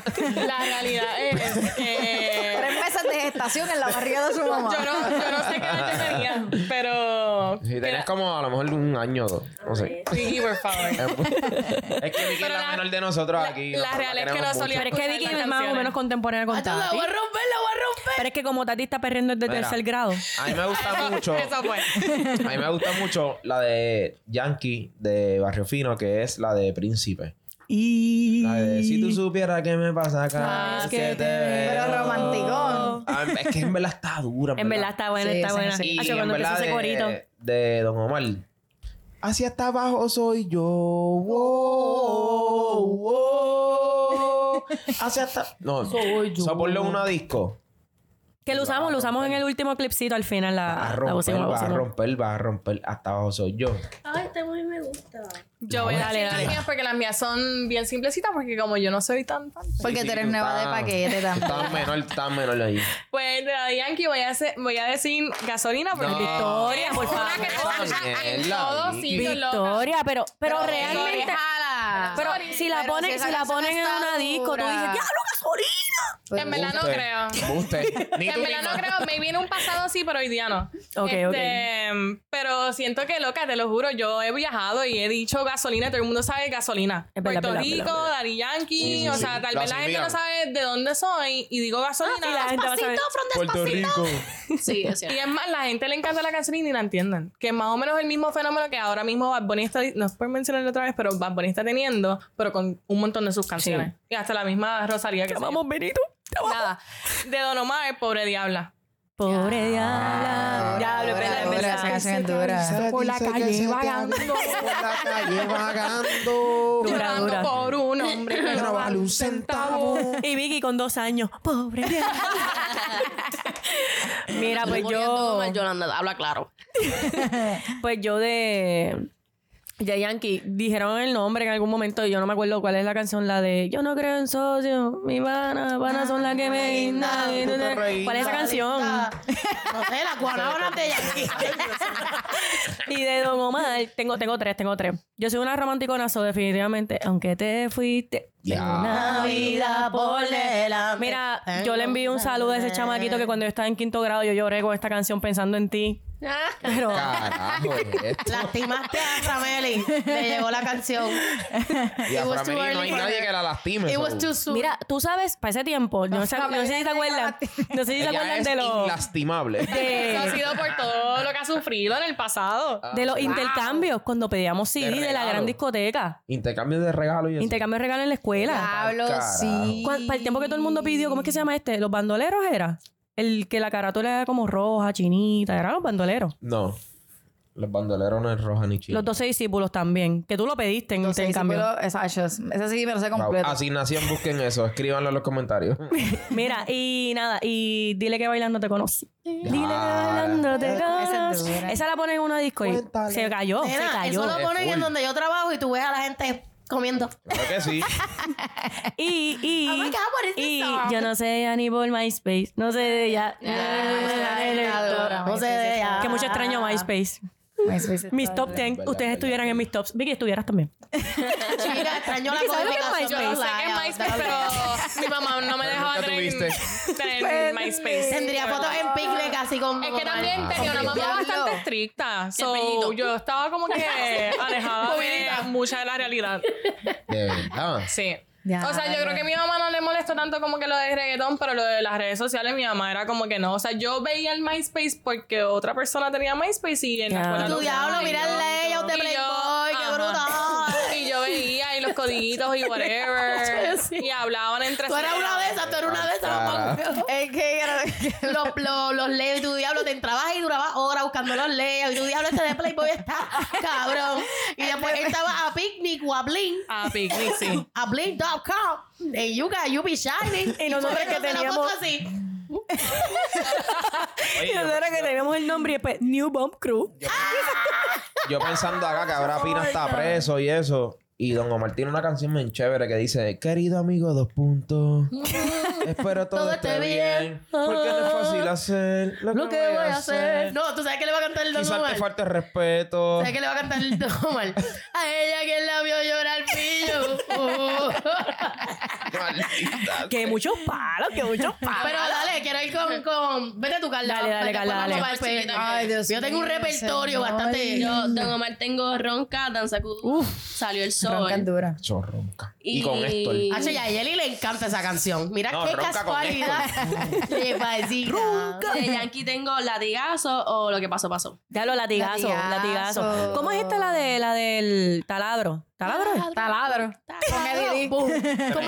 S9: La realidad es que eh,
S3: Tres meses de gestación en la barriga de su mamá.
S9: yo no, yo no sé qué edad yo tenía, pero...
S1: Si tenías como a lo mejor un año o dos. No sé.
S9: Sí, por favor.
S1: es que Vicky es la,
S9: la-
S1: menor de nosotros aquí.
S9: la
S1: nosotros
S9: real es que
S1: queremos
S9: no solía-
S1: mucho.
S2: Pero es que Vicky es más o menos contemporánea con
S6: Ay, la
S2: Tati.
S6: voy a romper, la voy a romper.
S2: Pero es que como Tati está perdiendo desde
S1: Mira,
S2: tercer grado.
S1: A mí me gusta mucho.
S9: Eso fue.
S1: A mí me gusta mucho la de Yankee de Barrio Fino, que es la de Príncipe.
S2: Y...
S1: La de Si tú supieras qué me pasa acá.
S9: Ah,
S2: Más
S1: que
S2: que
S1: te
S2: te
S1: veo".
S3: Pero romanticón.
S1: Ah, es que en verdad está dura.
S2: En verdad está buena,
S3: Sí,
S2: está
S3: sí,
S2: buena.
S3: sí.
S1: Y
S2: Hacho,
S1: en
S2: cuando empieza
S1: verdad
S2: ese corito.
S1: de, de Don Omar. Hacia hasta abajo soy yo. wow, wow. hace hasta. No,
S8: Soy yo.
S1: so, ponle una disco.
S2: Que lo usamos, lo usamos en el último clipcito al final. La,
S1: A
S2: la
S1: romper,
S2: bocina, la
S1: va a
S2: bocina.
S1: romper, va a romper. Hasta abajo soy yo.
S3: Ay, este muy me gusta.
S9: Yo voy a
S2: Dale,
S9: decir las
S2: dale.
S9: mías porque las mías son bien simplecitas porque como yo no soy tan fan.
S3: Porque
S1: Sí,
S3: tú eres
S1: tú
S3: nueva de
S1: estás-
S3: paquete
S1: tú
S3: también.
S1: Estás menor, estás menor ahí.
S9: Pues de la Yankee voy a, hacer- voy a decir gasolina porque
S1: No.
S2: Victoria, por favor.
S9: en
S1: Mierda,
S9: todos
S1: Vicky.
S9: sitios loca.
S2: Victoria, pero, pero, realmente.
S3: Jala.
S2: Pero si la
S3: Pero
S2: ponen,
S3: si
S2: si,
S3: esa
S2: la
S3: canción
S2: ponen en
S3: está
S2: una disco, tú
S3: dura.
S2: dices, ¡Diablo, gasolina!
S9: En verdad no
S1: Buste,
S9: creo.
S1: buste. Ni tú
S9: En
S1: ni
S9: verdad no
S1: yo.
S9: creo, me viene un pasado sí, pero hoy día no.
S2: Ok, Este,
S9: ok. Este, Pero siento que loca, te lo juro, yo he viajado y he dicho gasolina, todo el mundo sabe gasolina.
S2: Es verdad,
S9: Puerto
S2: verdad,
S9: Rico,
S2: verdad, verdad.
S9: Daddy Yankee,
S1: Sí, sí,
S9: o
S1: sí.
S9: sea, tal
S1: Lo
S9: vez la gente no
S1: asimilan.
S9: sabe de dónde soy y digo gasolina.
S2: Ah, Y la gente va a saber.
S1: Puerto Rico.
S5: Sí, es cierto.
S9: Y es más, la gente le encanta la canción y ni la entienden. Que es más o menos el mismo fenómeno que ahora mismo Bad Bunny está, no es por mencionarlo otra vez, pero Bad Bunny está teniendo, pero con un montón de sus canciones. Y hasta la misma Rosalía que
S2: Te
S9: se
S2: amamos, Benito. Te amamos.
S9: Nada. De Don Omar, pobre diabla.
S2: Pobre diabla. Diablo, es verdad, es
S3: Dura,
S2: verdad.
S3: esa canción es dura.
S1: Por la calle vagando. Por la calle vagando.
S2: Dura,
S9: Llorando
S2: dura.
S9: por un hombre. que
S1: Yo no vale un centavo.
S2: Y Vicky con dos años. Pobre diabla. Mira, pues yo.
S5: Yolanda, habla claro.
S2: Pues yo de. De Yankee, dijeron el nombre en algún momento y yo no me acuerdo cuál es la canción, la de Yo no creo en socio, mi vana, vana son las que me guindan.
S1: tú te reíste.
S2: ¿Cuál es esa canción?
S6: No sé, la guanábana de Yankee.
S2: Y de Don Omar, tengo, tengo tres, tengo tres. Yo soy una romanticonazo, definitivamente. Aunque te fuiste.
S1: Ya.
S2: tengo una vida por
S6: delante.
S2: Mira, yo le envío un saludo a ese chamaquito que cuando yo estaba en quinto grado yo lloré con esta canción pensando en ti. Pero
S1: Carajo, esto.
S6: Lastimaste a Rameli. Le llegó la canción.
S1: Y a
S6: It was
S1: Frameli
S6: too
S1: no hay
S6: early for
S1: nadie
S6: her.
S1: que la lastime.
S6: It was
S1: so.
S6: too soon.
S2: mira, tú sabes, para ese tiempo, yo no sé, no sé si se acuerdan, no sé si se
S1: Ella
S2: acuerdan
S1: es
S2: de los
S1: inlastimable.
S9: Eso ha
S2: de,
S9: sido por todo lo que ha sufrido en el pasado.
S2: de
S1: Ah,
S2: los intercambios cuando pedíamos CD de, la
S1: regalo.
S2: gran discoteca,
S1: Intercambio de regalo y eso.
S2: intercambio de regalo en la escuela.
S3: Diablo,
S1: Carajo.
S3: sí.
S2: Cuan- Para el tiempo que todo el mundo pidió, ¿cómo es que se llama este? Los bandoleros era. El que la carátula era como roja, chinita, eran los bandoleros.
S1: No. Los bandoleros no es roja ni chile.
S2: Los 12 discípulos también, que tú lo pediste en
S3: Entonces,
S2: intercambio.
S3: Exacto. Esa sí me lo sé
S1: Wow. ah,
S3: completo.
S1: Así nacían, busquen eso. Escríbanlo en los comentarios.
S2: Mira, y nada, y dile que bailando te conocí. Dile que bailando te
S3: Esa es
S2: conocí.
S3: dura.
S2: Esa la ponen en una disco y se cayó, se
S6: Nena,
S2: cayó.
S6: eso lo ponen en donde yo trabajo y tú ves a la gente comiendo.
S1: Claro que sí.
S2: Y, y,
S6: Oh my God, what is this
S2: y
S6: song? Ah,
S2: yo no sé de ella ni por MySpace, no sé de ella.
S6: No sé de ella.
S2: Que mucho extraño MySpace. Mis top 10,
S1: verdad,
S2: ustedes
S1: verdad,
S2: estuvieran en mis tops. Vicky, estuvieras también.
S6: Chica, extraño la
S2: Vicky, ¿sabes lo que es
S6: comunicación.
S2: MySpace?
S9: Yo sé que es MySpace, pero mi mamá no me dejaba
S1: nunca
S9: tener,
S1: tuviste.
S9: tener MySpace.
S6: Pues, Tendría fotos en picnic así con
S9: Es que
S6: Ah,
S9: también tenía una mamá
S3: Diablo.
S9: bastante estricta. So, yo estaba como que alejada de mucha de la realidad.
S1: De verdad.
S9: Sí. O sea, yo creo que mi mamá no le molestó tanto como que lo de reggaetón, pero lo de las redes sociales, mi mamá era como que no. O sea, yo veía el MySpace porque otra persona tenía MySpace y en
S2: Ya.
S9: la escuela.
S6: Tu
S9: no-
S6: diablo, mírala a ella, usted
S9: Y yo,
S6: playboy, qué
S9: ajá.
S6: brutal.
S9: Y yo veía y los coditos y whatever. y hablaban entre
S6: Tú eras una de esas, tú eras una de esas, mamá.
S3: Es que
S6: Los, los, los leyes, tu diablo te entrabas y durabas horas buscando los leyes. Y tu diablo este de Playboy está cabrón. Y después
S2: pues.
S6: él estaba a Picnic o a Blink,
S9: A picnic, sí.
S6: a Blink.com. And you got, you be shining.
S2: Y nosotros que
S6: poniéndose la
S2: teníamos-
S6: foto así.
S1: Oye,
S2: Y ahora que tenemos el nombre y después New Bomb Crew.
S1: Yo pensando acá que ahora Pina está preso y eso. Y Don Omar tiene una canción bien chévere que dice, querido amigo, dos puntos. Espero todo,
S6: Todo
S1: esté
S6: esté Ah.
S1: bien. Porque no es fácil hacer lo,
S6: Lo que voy a hacer. No, tú sabes que le va a cantar el Don
S1: Quizás te
S6: Omar.
S1: falte respeto.
S6: ¿Sabes que le va a cantar el Don Omar? A ella que la vio llorar, pillo. Uh.
S1: Maldita.
S2: Que muchos palos, que muchos palos.
S6: Pero dale, quiero ir con, con... Vete tú, Carla.
S2: Dale, dale,
S6: Después
S2: Carla,
S6: vamos
S2: dale.
S6: para el pe-
S3: Ay, Dios
S6: Yo tengo un
S3: mío,
S6: repertorio
S3: señor.
S6: bastante...
S5: Yo, Don Omar, tengo ronca, danza cudu, salió el sol.
S3: Roncan dura.
S1: Yo ronca. Y, con esto. el-
S6: Hacho, y a Yeli le encanta esa canción. Mira
S1: No,
S6: qué
S1: ronca con
S6: casualidad. Le parecía.
S5: De Yankee tengo latigazo o lo que pasó, pasó.
S2: Diablo, latigazo,
S3: Latigazo.
S2: latigazo, ¿Cómo es esta la de la del taladro? ¿Taladro?
S3: Taladro. Con Eddie Lee.
S6: ¿Cómo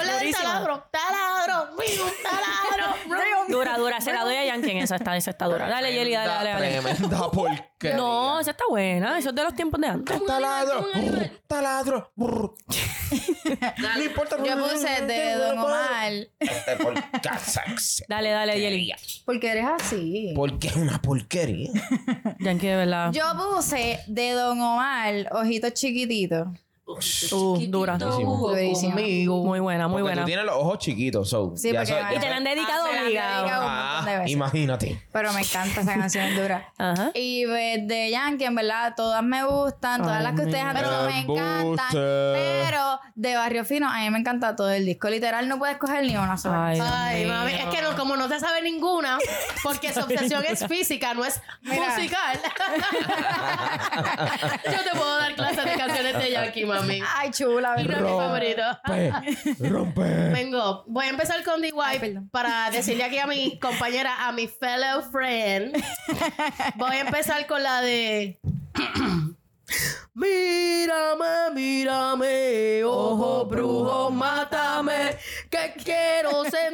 S6: es la del taladro? taladro, mira, un taladro.
S2: Dura, dura. Se la doy a Yankee en esa. Está, esa está dura. Dale, Yeli, dale, dale. dale.
S1: Tremenda porquería.
S2: No, esa está buena. Eso es de los tiempos de antes.
S1: Taladro, brr, taladro, brr. no importa.
S3: Yo puse de Don Omar.
S1: Este por Kazax.
S2: Dale, dale, Yeli.
S3: Porque eres así.
S1: Porque es una porquería.
S2: Yankee, de verdad.
S3: Yo puse de Don Omar, ojitos chiquititos.
S2: Uh, dura.
S3: Durísimo.
S2: Muy buena, muy
S1: Porque
S2: buena.
S1: tú tienes los ojos chiquitos, so.
S3: Sí,
S1: ya
S3: porque
S1: eso-
S3: va-
S1: ya
S2: Y te la han
S1: eso-
S2: dedicado
S3: Ah, se la han
S2: obligado.
S3: dedicado. un montón de
S1: Ah,
S3: veces.
S1: imagínate.
S3: Pero me encanta esa canción dura.
S2: Ajá.
S3: Y de de Yankee, en verdad, todas me gustan, todas las que ustedes han dicho me encantan.
S1: Embuste.
S3: Pero de Barrio Fino, a mí me encanta todo el disco. Literal, no puedes coger ni una sola.
S2: Ay,
S6: Ay, mami, es que no- como no se sabe ninguna, porque su obsesión es física, no es musical. Yo te puedo dar clases de canciones de Yankee, mami.
S3: Ay, chula,
S6: Y no es
S3: ¿verdad?
S6: mi favorito.
S1: Pe, rompe.
S6: Vengo, voy a empezar con
S3: Ay,
S6: DIY
S3: perdón.
S6: para decirle aquí a mi compañera, a mi fellow friend. Voy a empezar con la de. Mírame, mírame, ojo brujo, mátame, que
S1: Cuidado
S6: quiero
S1: con el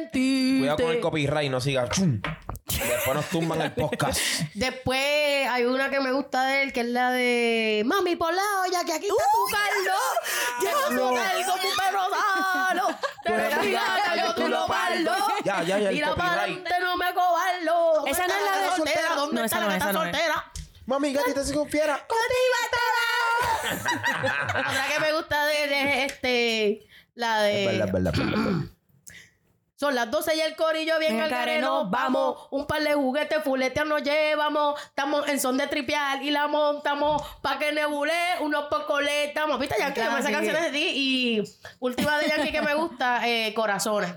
S6: sentirte.
S1: copyright, no sigas. Chum. Después nos tumban el podcast.
S6: Después hay una que me gusta de él, que es la de Mami por la olla, que aquí está tu caldo. Llevo su tel como un perro sano. Te verás pirata, yo tú lo parlo.
S1: Ya, ya, ya, el
S6: Mira para
S1: copyright.
S6: adelante, no me cobarlo.
S2: Esa no es la de soltera.
S6: ¿Dónde
S2: No,
S6: está
S2: esa
S6: la
S2: no,
S6: que
S2: esa
S6: está
S2: no es.
S6: soltera?
S1: Mami, gatita, si confiera.
S6: Otra que me gusta de él es este. La
S1: Es verdad, es
S6: de.
S1: verdad, es verdad, es verdad.
S6: Son las 12 y el corillo bien
S2: En
S6: al
S2: el
S6: care,
S2: care
S6: nos
S2: nos
S6: vamos. Un par de juguetes fuleteos nos llevamos. Estamos en son de tripear y la montamos pa' que nebule. Unos pocos le estamos. Viste, Yankee, yo me sé canciones de ti. Y última de Yankee que me gusta, eh, Corazones.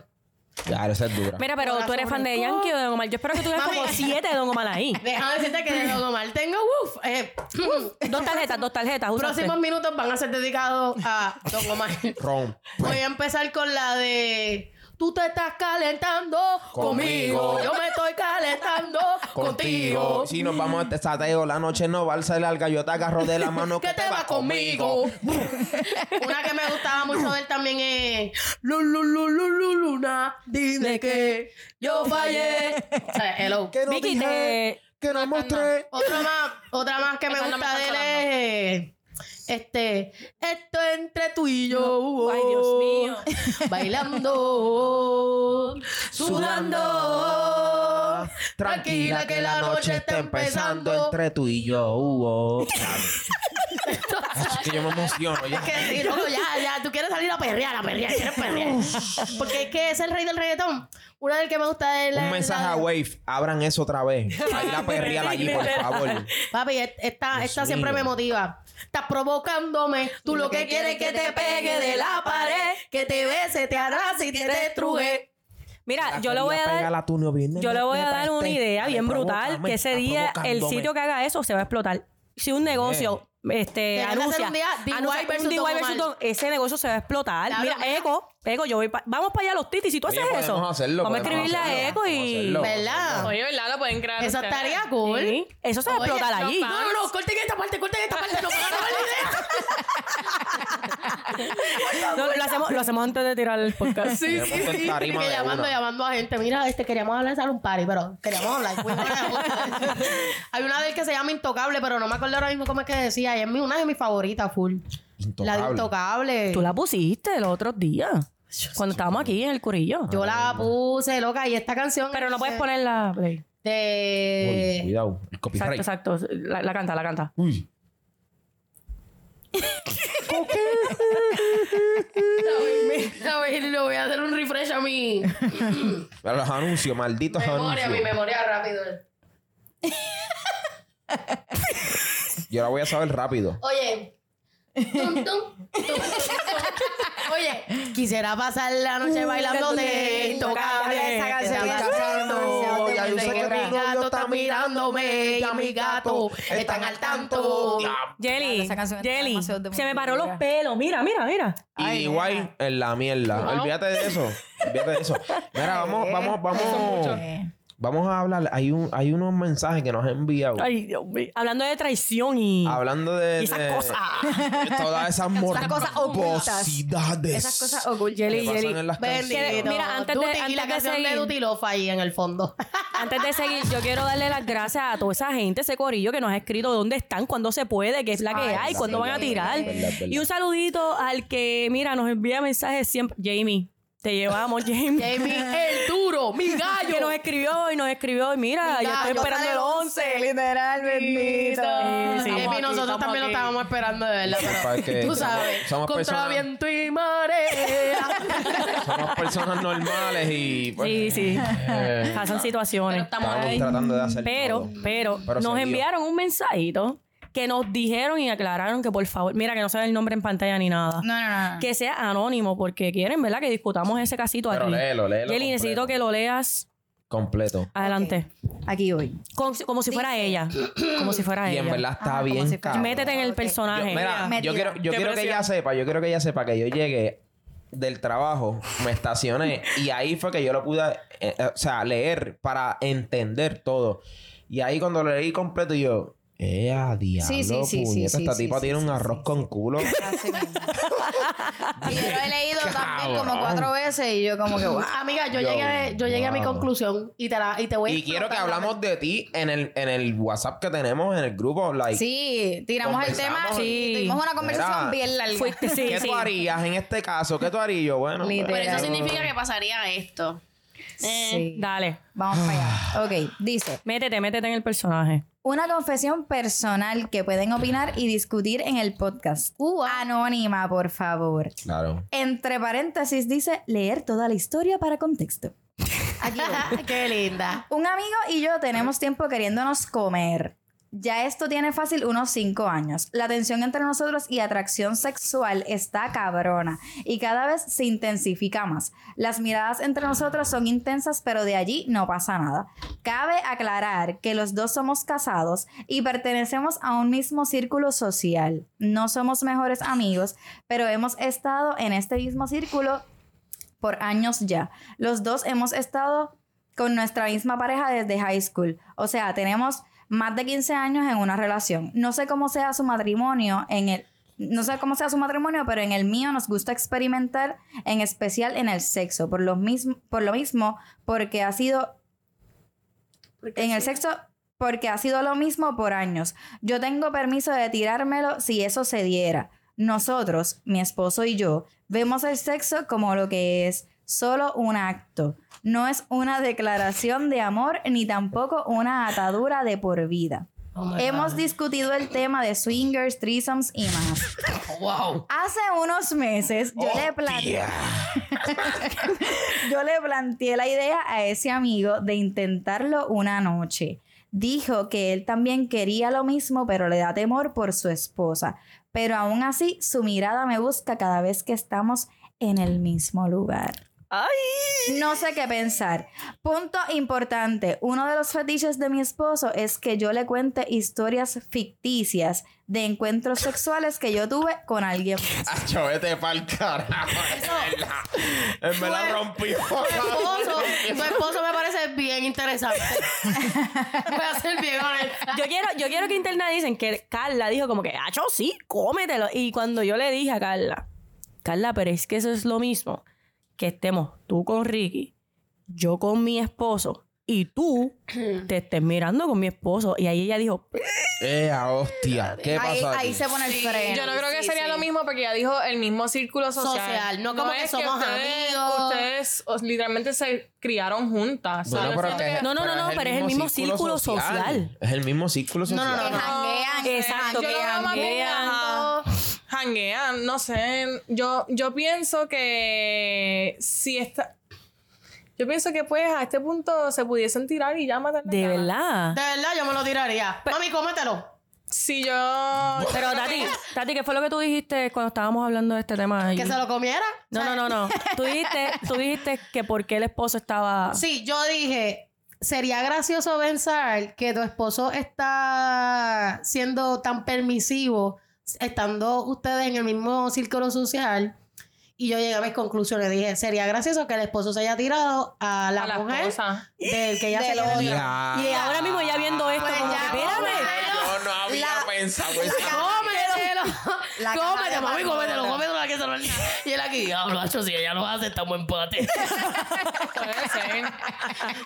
S1: Claro, esa es dura.
S2: Mira, pero tú eres fan de Yankee o de Don Omar. Yo espero que tú veas como siete de Don Omar ahí.
S6: Déjame decirte que de Don Omar tengo, uff, eh,
S2: Dos tarjetas, dos tarjetas. usaste.
S6: próximos minutos van a ser dedicados a Don Omar.
S1: Ron.
S6: Voy a empezar con la de. Tú te estás calentando
S1: Conmigo.
S6: conmigo. Yo me estoy calentando contigo.
S1: Si nos vamos a desateo, la noche no va a larga. Yo te agarro de la mano.
S6: ¿Qué te va conmigo? Una que me gustaba mucho de él también es. Lu, lu, lu, lu, lu, luna, dime que yo fallé. O sea, hello.
S1: Que no
S2: Vicky,
S1: dije,
S2: te-
S1: que no mostré.
S6: Otra más, otra más que me
S9: Esa no me
S6: gusta
S9: está
S6: de él es. Este. Esto entre tú y yo.
S2: Ay, Dios mío.
S6: Bailando, sudando.
S1: Tranquila que la noche está empezando entre tú y yo, Hugo. Es que yo me emociono ya.
S6: que sí, loco, ya, ya, tú quieres salir a perrear, a perrear, quieres perrear. Porque es que es el rey del reggaetón. Una del que me gusta de la-
S1: Un mensaje
S6: la-
S1: a Wave, abran eso otra vez. Ahí la perreal allí, por favor.
S6: Papi, et- esta, esta siempre me motiva. Estás provocándome. Tú lo que quieres es que te pegue de la pared. Que te bese, te abrace y te destruje.
S2: Mira, yo
S1: La
S2: le voy a
S1: quería
S2: dar.
S1: pegar a tu novio, nena,
S2: Yo le voy a
S1: nena,
S2: dar una
S1: este,
S2: idea
S1: dale,
S2: bien brutal
S1: provócame,
S2: que ese
S1: está
S2: día el
S1: provocándome.
S2: sitio que haga eso se va a explotar. Si un negocio este
S6: Tenemos que hacer
S2: anuncia,
S6: un día DIY
S2: anuncia un
S6: versus Don
S2: DIY versus
S6: Omar.
S2: Don- ese negocio se va a explotar.
S6: Claro,
S2: Mira,
S6: mira.
S2: Eco, Eco, yo voy pa- vamos para allá a los titis si tú
S1: Oye,
S2: haces
S1: podemos
S2: eso.
S1: hacerlo,
S2: vamos a
S1: podemos
S2: escribirle a
S1: hacerlo,
S2: Eco y
S1: vamos a hacerlo.
S6: ¿Verdad?
S9: Oye, ¿verdad? Lo pueden crear.
S6: Esa
S9: ustedes.
S6: estaría cool.
S2: Sí, eso se va a
S6: Oye,
S2: explotar
S6: los
S2: allí.
S6: fans. No, no, no, corten esta parte, corten esta parte. No me van a dar la idea.
S2: No, lo hacemos lo hacemos antes de tirar el podcast.
S1: Sí, sí, sí. Tarima
S6: Que
S1: de
S6: llamando,
S1: una.
S6: llamando a gente. Mira, este, queríamos hablar de Sal un party, pero queríamos hablar. fuimos a hablar. Hay una de él que se llama Intocable, pero no me acuerdo ahora mismo cómo es que decía. Y es mi- una de mis favoritas, full. La de Intocable.
S2: Tú la pusiste los otros días cuando estábamos aquí en el curillo.
S6: Yo la puse, loca. Y esta canción...
S2: Pero no puedes ponerla, Blake.
S1: Uy,
S6: De...
S1: Cuidado, el
S2: Exacto,
S1: copyright.
S2: exacto. La, la canta, la canta.
S1: Uy.
S6: ¿Sabes? Le voy a hacer un refresh a mi
S1: A Los anuncios, malditos
S6: memoria, a mi
S1: anuncios.
S6: memoria rápido.
S1: Yo la voy a saber rápido.
S6: Oye... tum, tum, tum, tum, tum. Oye, quisiera pasar la noche bailándote intocable.
S3: Esa canción
S6: Te
S3: es
S6: abrazo.
S3: demasiado
S1: Ya yo sé
S3: buena.
S1: que mi
S6: Mi
S1: novio
S6: gato
S1: está
S6: está mirándome y a mi gato están al tanto.
S2: Jelly,
S3: esa canción está
S2: Jelly,
S3: demasiado de
S2: se me
S3: montón,
S2: paró los
S3: mira.
S2: pelos. Mira, mira, mira.
S1: Y igual en la mierda. Olvídate de eso. Olvídate de eso. Mira, vamos, vamos, vamos. Vamos a hablar. Hay, un, hay unos mensajes que nos han enviado.
S2: Ay, Dios mío. Hablando de traición y.
S1: Hablando de.
S2: Y esas
S1: de-
S2: cosas.
S1: Todas esas
S3: cosas ocultas.
S1: morbosidades.
S3: Esas cosas ocultas.
S1: que
S2: Jelly,
S1: pasan
S2: Jelly.
S1: en las
S2: Ven.
S1: canciones.
S6: Bendito.
S2: Mira, antes de-
S6: Duty y
S2: antes
S6: la
S2: de
S6: canción de
S2: seguir.
S6: Dutilofa ahí en el fondo.
S2: Antes de seguir, yo quiero darle las gracias a toda esa gente, ese corillo que nos ha escrito dónde están, cuándo se puede, qué es la que
S3: Ay,
S2: hay, cuándo
S3: sí.
S2: van a tirar.
S1: Verdad, verdad.
S2: Y un saludito al que, mira, nos envía mensajes siempre. Jamie, te llevamos, Jamie.
S6: Jamie, el duro, mi gallo.
S2: Que nos escribió y nos escribió. Y mira, yo estoy
S6: gallo,
S2: esperando
S6: sale
S2: el
S6: el
S2: 11.
S3: Literal, bendito.
S2: Sí, sí.
S6: Jamie, nosotros también lo estábamos esperando de verdad. pero
S1: Para que-
S6: tú sabes,
S1: Este, somos
S6: contra
S1: personas-
S6: viento y marea.
S1: Somos personas normales y. pues,
S2: Sí, sí.
S1: eh,
S2: Pasan situaciones.
S1: estamos tratando de hacer.
S2: Pero,
S1: todo.
S2: pero,
S1: Pero se
S2: nos
S1: dio.
S2: enviaron un mensajito que nos dijeron y aclararon que por favor, mira que no se ve el nombre en pantalla ni nada.
S3: No, no, no. no.
S2: Que sea anónimo, porque quieren, ¿verdad? Que discutamos ese casito
S1: Pero
S2: aquí.
S1: léelo, léelo.
S2: Yeli, necesito que lo leas
S1: Completo.
S2: adelante.
S3: Aquí voy.
S2: Con- como si fuera ella. Como si fuera
S1: Y
S2: ella. Ah,
S1: en verdad está
S3: Ajá, como
S1: bien.
S3: si fuera-
S1: cabrón.
S2: Métete en el
S3: Ok.
S1: Yo-
S2: personaje.
S1: mira,
S3: Metida.
S1: yo quiero, yo
S9: Qué
S1: quiero que
S9: presión.
S1: ella sepa, yo quiero que ella sepa que yo llegué del trabajo, me estacioné y ahí fue que yo lo pude, eh, eh, o sea, leer para entender todo. Y ahí cuando lo leí completo yo, ¡eh, a diablo,
S3: Sí, sí, sí, sí,
S1: puñeta,
S3: sí,
S1: esta
S3: sí,
S1: tipa
S3: sí,
S1: tiene
S3: sí,
S1: un
S3: sí,
S1: arroz
S3: sí.
S1: con culo!
S3: Así mismo. Y yo lo he leído
S1: Cabrón.
S3: también como cuatro veces y yo como que wow.
S6: Amiga, yo,
S1: Yo-
S6: llegué, yo llegué a mi
S1: wow.
S6: conclusión y te, la, y te voy a
S1: Y quiero que
S6: explotar la
S1: hablamos
S6: mente.
S1: de ti en el, en el WhatsApp que tenemos, en el grupo, like,
S3: Sí, tiramos el tema.
S1: Conversamos.
S3: Sí. Tuvimos una conversación
S1: Mira.
S3: bien larga.
S2: Fuiste- sí,
S1: ¿qué
S2: sí.
S1: tú harías en este caso? ¿Qué tú harías? Yo, Bueno, pues,
S3: Literal.
S5: Pero eso significa que pasaría esto.
S3: Sí.
S2: Eh, Dale.
S3: Vamos
S1: Ah.
S3: para allá. Ok, dice.
S2: Métete, métete en el personaje.
S3: Una confesión personal que pueden opinar y discutir en el podcast. Anónima, por favor.
S1: claro.
S3: Entre paréntesis dice leer toda la historia para contexto. Aquí voy.
S6: Qué linda.
S3: Un amigo y yo tenemos tiempo queriéndonos comer. Ya esto tiene fácil unos 5 años. La tensión entre nosotros y atracción sexual está cabrona y cada vez se intensifica más. Las miradas entre nosotros son intensas, pero de allí no pasa nada. Cabe aclarar que los dos somos casados y pertenecemos a un mismo círculo social. No somos mejores amigos, pero hemos estado en este mismo círculo por años ya. Los dos hemos estado con nuestra misma pareja desde high school. O sea, tenemos más de 15 años en una relación. No sé cómo sea su matrimonio en el no sé cómo sea su matrimonio, pero en el mío nos gusta experimentar, en especial en el sexo, por lo mismo, por lo mismo, porque ha sido en el sexo porque ha sido lo mismo por años. Yo tengo permiso de tirármelo si eso se diera. Nosotros, mi esposo y yo, vemos el sexo como lo que es, solo un acto. No es una declaración de amor ni tampoco una atadura de por vida. Hemos discutido el tema de swingers, threesomes y más. Hace unos meses yo le planteé yo le planteé la idea a ese amigo de intentarlo una noche. Dijo que él también quería lo mismo, pero le da temor por su esposa. Pero aún así, su mirada me busca cada vez que estamos en el mismo lugar. No sé qué pensar. Punto importante. Uno de los fetiches de mi esposo es que yo le cuente historias ficticias de encuentros sexuales que yo tuve con alguien. más.
S1: Acho, vete pa'l carajo. En verdad. En verdad rompí.
S6: esposo, tu esposo me parece bien interesante. Voy a ser bien honesta.
S2: Yo quiero, yo quiero que internalicen que Carla dijo como que, Acho, sí, cómetelo. Y cuando yo le dije a Carla, Carla, pero es que eso es lo mismo que estemos tú con Ricky, yo con mi esposo y tú te estés mirando con mi esposo. Y ahí ella dijo,
S1: Eh, hostia. ¿Qué
S3: Ahí,
S1: pasa?
S3: ahí
S1: aquí?
S3: se pone el freno.
S9: Yo no creo que sería lo mismo porque ya dijo el mismo círculo social.
S6: Social, no como que somos amigos.
S9: Ustedes os- literalmente se criaron juntas.
S1: Bueno,
S9: ¿sabes?
S1: pero
S9: Siento
S1: que-
S9: que-
S2: No, no, no, no, pero es el mismo círculo social.
S1: Es el mismo círculo social.
S6: no,
S3: Que
S6: no.
S3: janguean, que
S2: Exacto,
S9: yo lo veo más bien
S3: janguean.
S9: cuando Hanguean, no sé. Yo, yo pienso que si está. Yo pienso que pues a este punto se pudiesen tirar y ya matar la
S2: de
S9: cara.
S2: verdad.
S6: De verdad, yo me lo tiraría. Mami, cómetelo.
S9: Si yo.
S2: Pero Tati, Tati, ¿qué fue lo que tú dijiste cuando estábamos hablando de este tema?
S6: Que se lo comiera.
S2: No, no, no, no. Tú dijiste, tú dijiste que por qué el esposo estaba...
S6: Sí, yo dije, sería gracioso pensar que tu esposo está siendo tan permisivo estando ustedes en el mismo círculo social Y yo llegué a mis conclusiones. Dije, sería gracioso que el esposo se haya tirado a la,
S9: a la
S6: mujer
S9: esposa.
S6: del que ella se
S3: Del
S6: quedó.
S3: otro.
S1: Ya.
S2: Y ahora mismo ya viendo esto,
S6: Pues
S2: como
S6: ya,
S2: que, espérame.
S1: Yo no había pensado eso.
S5: ¡Cómetelo!
S3: La caja de
S5: ¡Cómetelo, mami!
S3: Pandora.
S5: ¡Cómetelo! ¡Cómetelo! la que se lo Y él aquí, diablo, hacho, si ella lo hace, estamos en empate.
S9: Puede ser.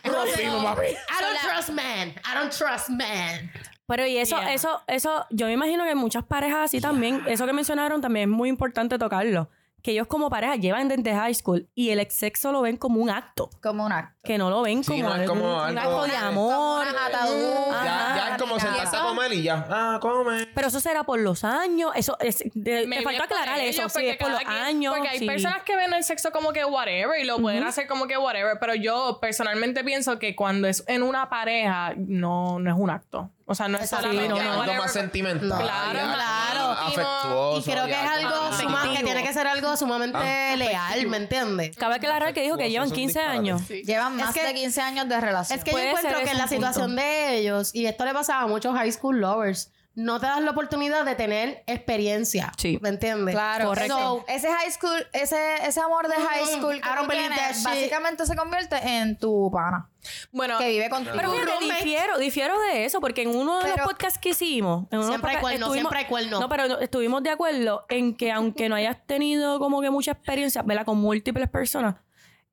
S6: No sé.
S1: Rompimos, mami.
S6: I don't trust men. I don't trust men.
S2: Pero y eso,
S9: Yeah.
S2: eso, eso, yo me imagino que muchas parejas así también, eso que mencionaron también es muy importante tocarlo. Que ellos como pareja llevan desde high school y el ex sexo lo ven como un acto,
S3: Como un acto.
S2: que no lo ven
S1: Sí,
S2: como,
S1: no es
S2: algo-
S1: como
S2: un
S1: algo-
S2: acto de
S1: Como
S2: amor.
S3: Unas
S1: Mm,
S3: ataduras.
S1: Ya, ya es como sentarse a comer y ya. Ah, come.
S2: Pero eso será por los años, eso es, de-
S9: Me
S2: te faltó aclarar eso, sí, es por los años.
S9: Porque hay
S2: sí.
S9: personas que ven el sexo como que whatever y lo pueden hacer como que whatever, pero yo personalmente pienso que cuando es en una pareja no, no es un acto. O sea, no es
S6: Exacto.
S9: solamente
S6: Sí, no, no.
S1: Algo
S9: whatever.
S1: más sentimental.
S6: No.
S9: Claro,
S1: ya,
S9: claro.
S1: Afectuoso.
S6: Y creo que es
S1: ya,
S6: algo
S1: como-
S9: afectivo.
S6: suma- que tiene que ser algo sumamente leal, ¿me entiendes?
S2: Cabe aclarar que dijo que
S1: Afectuoso,
S2: llevan
S1: son
S2: 15
S1: disparates.
S2: años.
S3: Llevan
S6: Es
S3: más
S6: que-
S3: de 15 años de relación.
S6: Es que
S2: Puede
S6: yo
S2: ser
S6: encuentro que
S2: ese
S6: en la
S2: un punto.
S6: situación de ellos, y esto le pasaba a muchos high school lovers, no te das la oportunidad de tener experiencia.
S2: Sí.
S6: ¿Me entiendes?
S3: Claro,
S6: So,
S3: ese high school, ese, ese amor de high
S6: Mm,
S3: school
S6: I
S3: que
S6: don't
S3: tú
S6: believe
S3: tienes,
S6: that shit.
S3: básicamente se convierte en tu pana
S9: Bueno,
S3: que vive contigo.
S2: Pero fíjate, difiero, difiero de eso, porque en uno de los
S3: Pero-
S2: podcasts que hicimos... En uno de los
S6: Siempre hay
S2: podcasts
S6: cuerno,
S2: estuvimos-
S6: siempre hay cuerno.
S2: No, pero no- estuvimos de acuerdo en que aunque no hayas tenido como que mucha experiencia, ¿verdad? Con múltiples personas,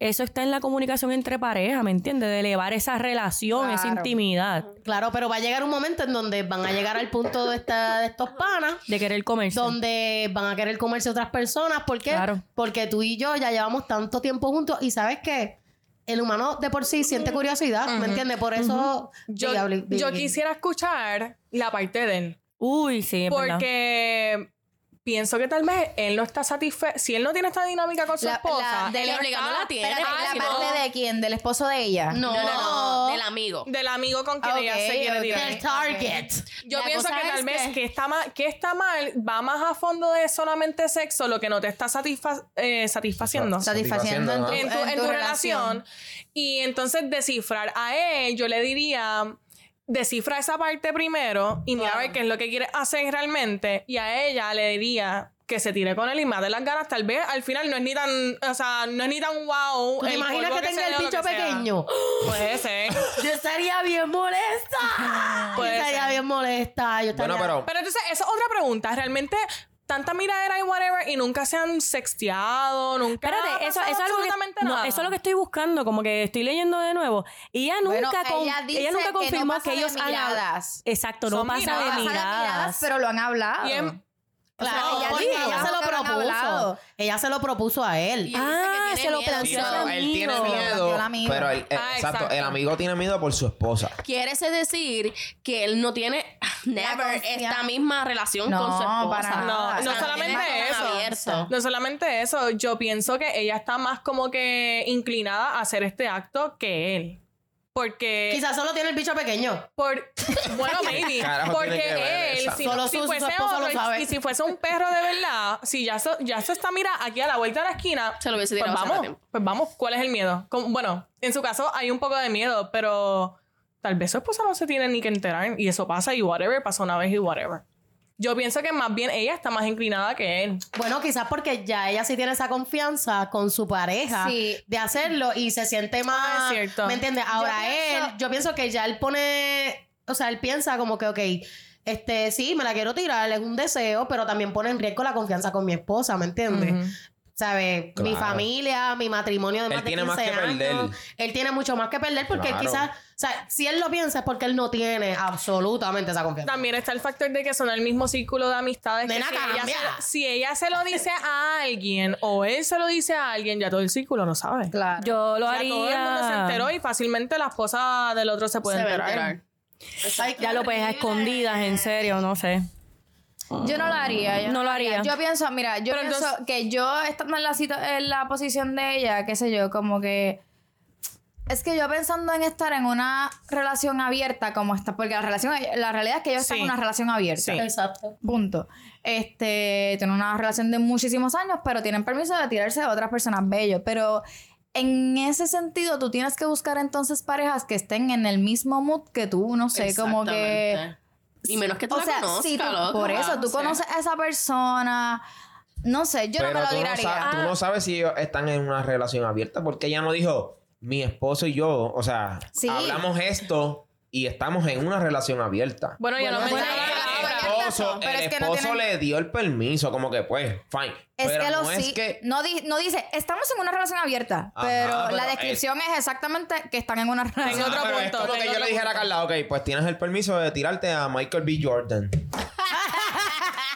S2: eso está en la comunicación entre parejas, ¿me entiendes? De elevar esa relación, esa
S3: Claro.
S2: intimidad,
S6: claro, pero va a llegar un momento en donde van a llegar al punto de, esta, de estos panas
S2: de querer comerse.
S6: donde van a querer comerse otras personas. ¿Por qué?
S2: Claro.
S6: Porque tú y yo ya llevamos tanto tiempo juntos y sabes que el humano de por sí siente curiosidad, ¿me entiendes? Por eso
S9: yo,
S6: Diga, Bli-
S9: yo
S6: Bli-
S9: quisiera escuchar la parte de él.
S2: Uy, sí, es verdad.
S9: Porque pienso que tal vez él no está satisfecho. Si él no tiene esta dinámica con su
S3: La-
S9: esposa,
S3: la- de
S9: él
S3: la-
S9: está-
S5: obligado la tiene.
S3: Espérate,
S9: Ah,
S3: ¿la
S9: no.
S3: parte de quién? ¿Del esposo de ella?
S5: No, no, no, del amigo.
S9: del amigo con quien
S3: Ah,
S9: ella
S3: ok,
S9: se quiere
S3: ok.
S9: tirar. ¿eh?
S6: Del target.
S9: Yo
S6: La
S9: pienso
S6: cosa
S9: que
S6: es
S9: tal vez
S6: que-
S9: que está mal, que está mal va más a fondo de solamente sexo, lo que no te está satisfa- eh, satisfaciendo.
S3: Satisfaciendo en tu,
S9: en tu, en tu relación. Y entonces descifrar a él, yo le diría, descifra esa parte primero y mira a ver qué es lo que quieres hacer realmente. Y a ella le diría que se tire con él y más de las ganas, tal vez al final no es ni tan, o sea, no es ni tan wow.
S6: ¿Tú te
S9: el
S6: imaginas
S9: polvo
S6: que tenga
S9: se
S6: el
S9: dé o lo
S6: picho
S9: que sea.
S6: pequeño?
S9: Puede ser,
S6: Yo estaría bien molesta.
S5: Pues,
S9: puede
S6: yo estaría
S9: ser.
S6: bien molesta. Yo estaría...
S1: Bueno, pero
S9: Pero entonces, esa es otra pregunta. Realmente, tanta miradera y whatever, y nunca se han sexteado, nunca.
S2: Espérate,
S9: ha
S2: eso,
S9: pasado
S2: eso es algo
S9: absolutamente
S2: que, no,
S9: nada.
S2: eso es lo que estoy buscando, como que estoy leyendo de nuevo. Y ella nunca,
S3: Bueno,
S2: con-
S3: ella
S2: ella
S3: dice
S2: nunca
S3: que no
S2: confirmó que,
S3: pasa de
S2: ellos han-
S3: miradas.
S2: Exacto, no
S9: Son
S2: pasa
S9: miradas.
S2: de
S3: Pasan las miradas,
S2: miradas.
S3: pero lo han hablado.
S9: Y es-
S3: O sea,
S6: Claro,
S3: ella
S6: porque
S3: dijo,
S6: ella
S3: nunca
S6: se lo
S3: lo han
S6: propuso.
S3: hablado.
S6: Ella se lo propuso a él.
S5: Y él dice que
S2: Ah,
S5: tiene
S2: se lo
S5: miedo.
S1: Sí,
S2: planteó.
S1: pero él tiene
S2: amigo.
S1: miedo.
S3: Yo la amigo.
S1: Pero el, eh,
S9: Ah,
S1: exacto,
S9: exacto.
S1: el amigo tiene miedo por su esposa.
S5: Quiere ese decir que él no tiene never
S3: confianza.
S5: esta misma relación
S3: No,
S5: con su esposa.
S3: para nada.
S9: No,
S3: Ah,
S9: no
S5: o sea,
S9: solamente
S5: tiene el corazón
S9: eso.
S5: abierto.
S9: No solamente eso. Yo pienso que ella está más como que inclinada a hacer este acto que él. Porque.
S6: Quizás solo tiene el bicho pequeño.
S9: Por, bueno, maybe.
S1: Carajo tiene que ver
S9: porque él,
S1: esa.
S9: si,
S6: Solo
S9: si
S6: su- su
S9: fuese
S6: esposo lo
S9: otro, y-
S6: sabe.
S9: y si fuese un perro de verdad, si ya se ya se está, mira, aquí a la vuelta de la esquina,
S5: Se lo hubiese
S9: pues
S5: tirado hace
S9: vamos,
S5: tiempo.
S9: pues vamos, ¿cuál es el miedo? Como- bueno, en su caso hay un poco de miedo, pero tal vez su esposa no se tiene ni que enterar y eso pasa y whatever, pasó una vez y whatever. Yo pienso que más bien ella está más inclinada que él.
S6: Bueno, quizás porque ya ella sí tiene esa confianza con su pareja
S3: Sí.
S6: de hacerlo y se siente más.
S9: Ah, es cierto.
S6: ¿Me entiendes? Ahora él, yo pienso que ya él pone. O sea, él piensa como que, ok, este, sí, me la quiero tirar, es un deseo, pero también pone en riesgo la confianza con mi esposa, ¿me entiendes? ¿Sabes? Mi
S1: Claro.
S6: familia, mi matrimonio de
S1: Él
S6: más de
S1: tiene
S6: 15
S1: más que
S6: años.
S1: perder.
S6: Él tiene mucho más que perder porque él
S1: Claro.
S6: quizás. O sea, si él lo piensa es porque él no tiene absolutamente esa confianza.
S9: También está el factor de que son el mismo círculo de amistades. que
S6: Nena,
S9: si, ella
S6: cambia.
S9: se, si ella se lo dice a alguien o él se lo dice a alguien, ya todo el círculo lo sabe.
S3: Claro.
S2: Yo lo
S9: Ya todo el mundo se enteró
S2: haría.
S9: y fácilmente la esposa del otro se puede
S5: Se va a
S9: enterar.
S5: enterar.
S2: Ya lo pues a escondidas, en serio, no sé.
S3: Yo no lo haría. yo
S2: No lo haría.
S3: Yo pienso, mira, yo
S9: Pero
S3: pienso
S9: entonces-
S3: que yo estando en la, cita- en la posición de ella, qué sé yo, como que. Es que yo pensando en estar en una relación abierta como esta, porque la relación, la realidad es que yo estoy
S9: Sí.
S3: en una relación abierta.
S9: Sí.
S6: Exacto.
S3: Punto. Este, tienen una relación de muchísimos años, pero tienen permiso de tirarse a otras personas bello. Pero en ese sentido, tú tienes que buscar entonces parejas que estén en el mismo mood que tú, no sé, como que.
S5: Exactamente. Y menos que tú
S3: o
S5: la
S3: sea,
S5: conozcas,
S3: sí, tú-
S5: loca,
S3: por eso, tú
S5: o sea.
S3: conoces a esa persona. No sé, yo
S1: Pero
S3: no me lo
S1: tú, no
S3: tiraría.
S1: sa- tú no sabes si ellos están en una relación abierta porque ella no dijo, mi esposo y yo, o sea,
S3: Sí.
S1: hablamos esto y estamos en una relación abierta.
S9: Bueno, ya no
S6: Bueno,
S9: mencioné
S6: bueno,
S9: la
S3: bueno,
S9: palabra.
S3: bueno.
S1: El
S3: Tienes
S1: esposo,
S3: razón, pero
S1: el
S3: es que no
S1: esposo
S3: tienen-
S1: le dio el permiso, como que pues, fine.
S3: Es
S1: pero
S3: que lo
S1: no
S3: sí.
S1: es que...
S3: No, di- no dice, estamos en una relación abierta.
S1: Ajá,
S3: pero,
S1: pero
S3: la
S1: es-
S3: descripción es... exactamente que están en una relación
S9: Tengo
S1: Ah,
S9: otro
S1: pero es
S9: punto,
S1: como que
S9: tengo
S1: yo
S9: otro
S1: le dijera a Carla, ok, pues tienes el permiso de tirarte a Michael B. Jordan.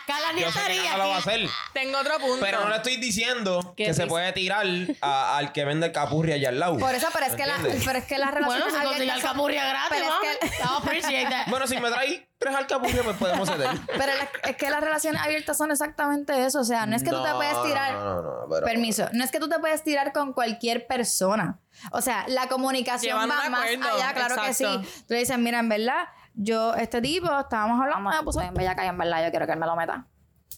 S6: Carla ni
S1: Yo sé que
S6: estaría
S1: Carla lo va a
S6: aquí.
S1: hacer.
S9: Tengo otro punto.
S1: Pero no le estoy diciendo
S5: Qué
S1: que se
S5: risa.
S1: puede tirar a- al que vende capurria allá al lado.
S3: Por eso, pero es, que la,
S1: ¿Entiendes?
S3: pero es que las relaciones
S6: Bueno, se consigue
S3: abiertas
S6: el
S3: son-
S6: capurria gratis,
S3: Pero
S6: mami.
S3: es que-
S6: I appreciate that.
S1: Bueno, si me traes tres alcapurrias, pues podemos ceder.
S3: Pero la- es que las relaciones abiertas son exactamente eso. O sea, no es que tú te puedes tirar.
S1: No, no, no, pero-
S3: Permiso, no es que tú te puedes tirar con cualquier persona. O sea, la comunicación
S9: Llevan
S3: va
S9: un
S3: más
S9: acuerdo,
S3: allá, claro que sí.
S9: exacto.
S3: Tú le dices, mira, en verdad, yo, este tipo, estábamos hablando, me puso bien bellaca y en verdad yo quiero que él me lo meta.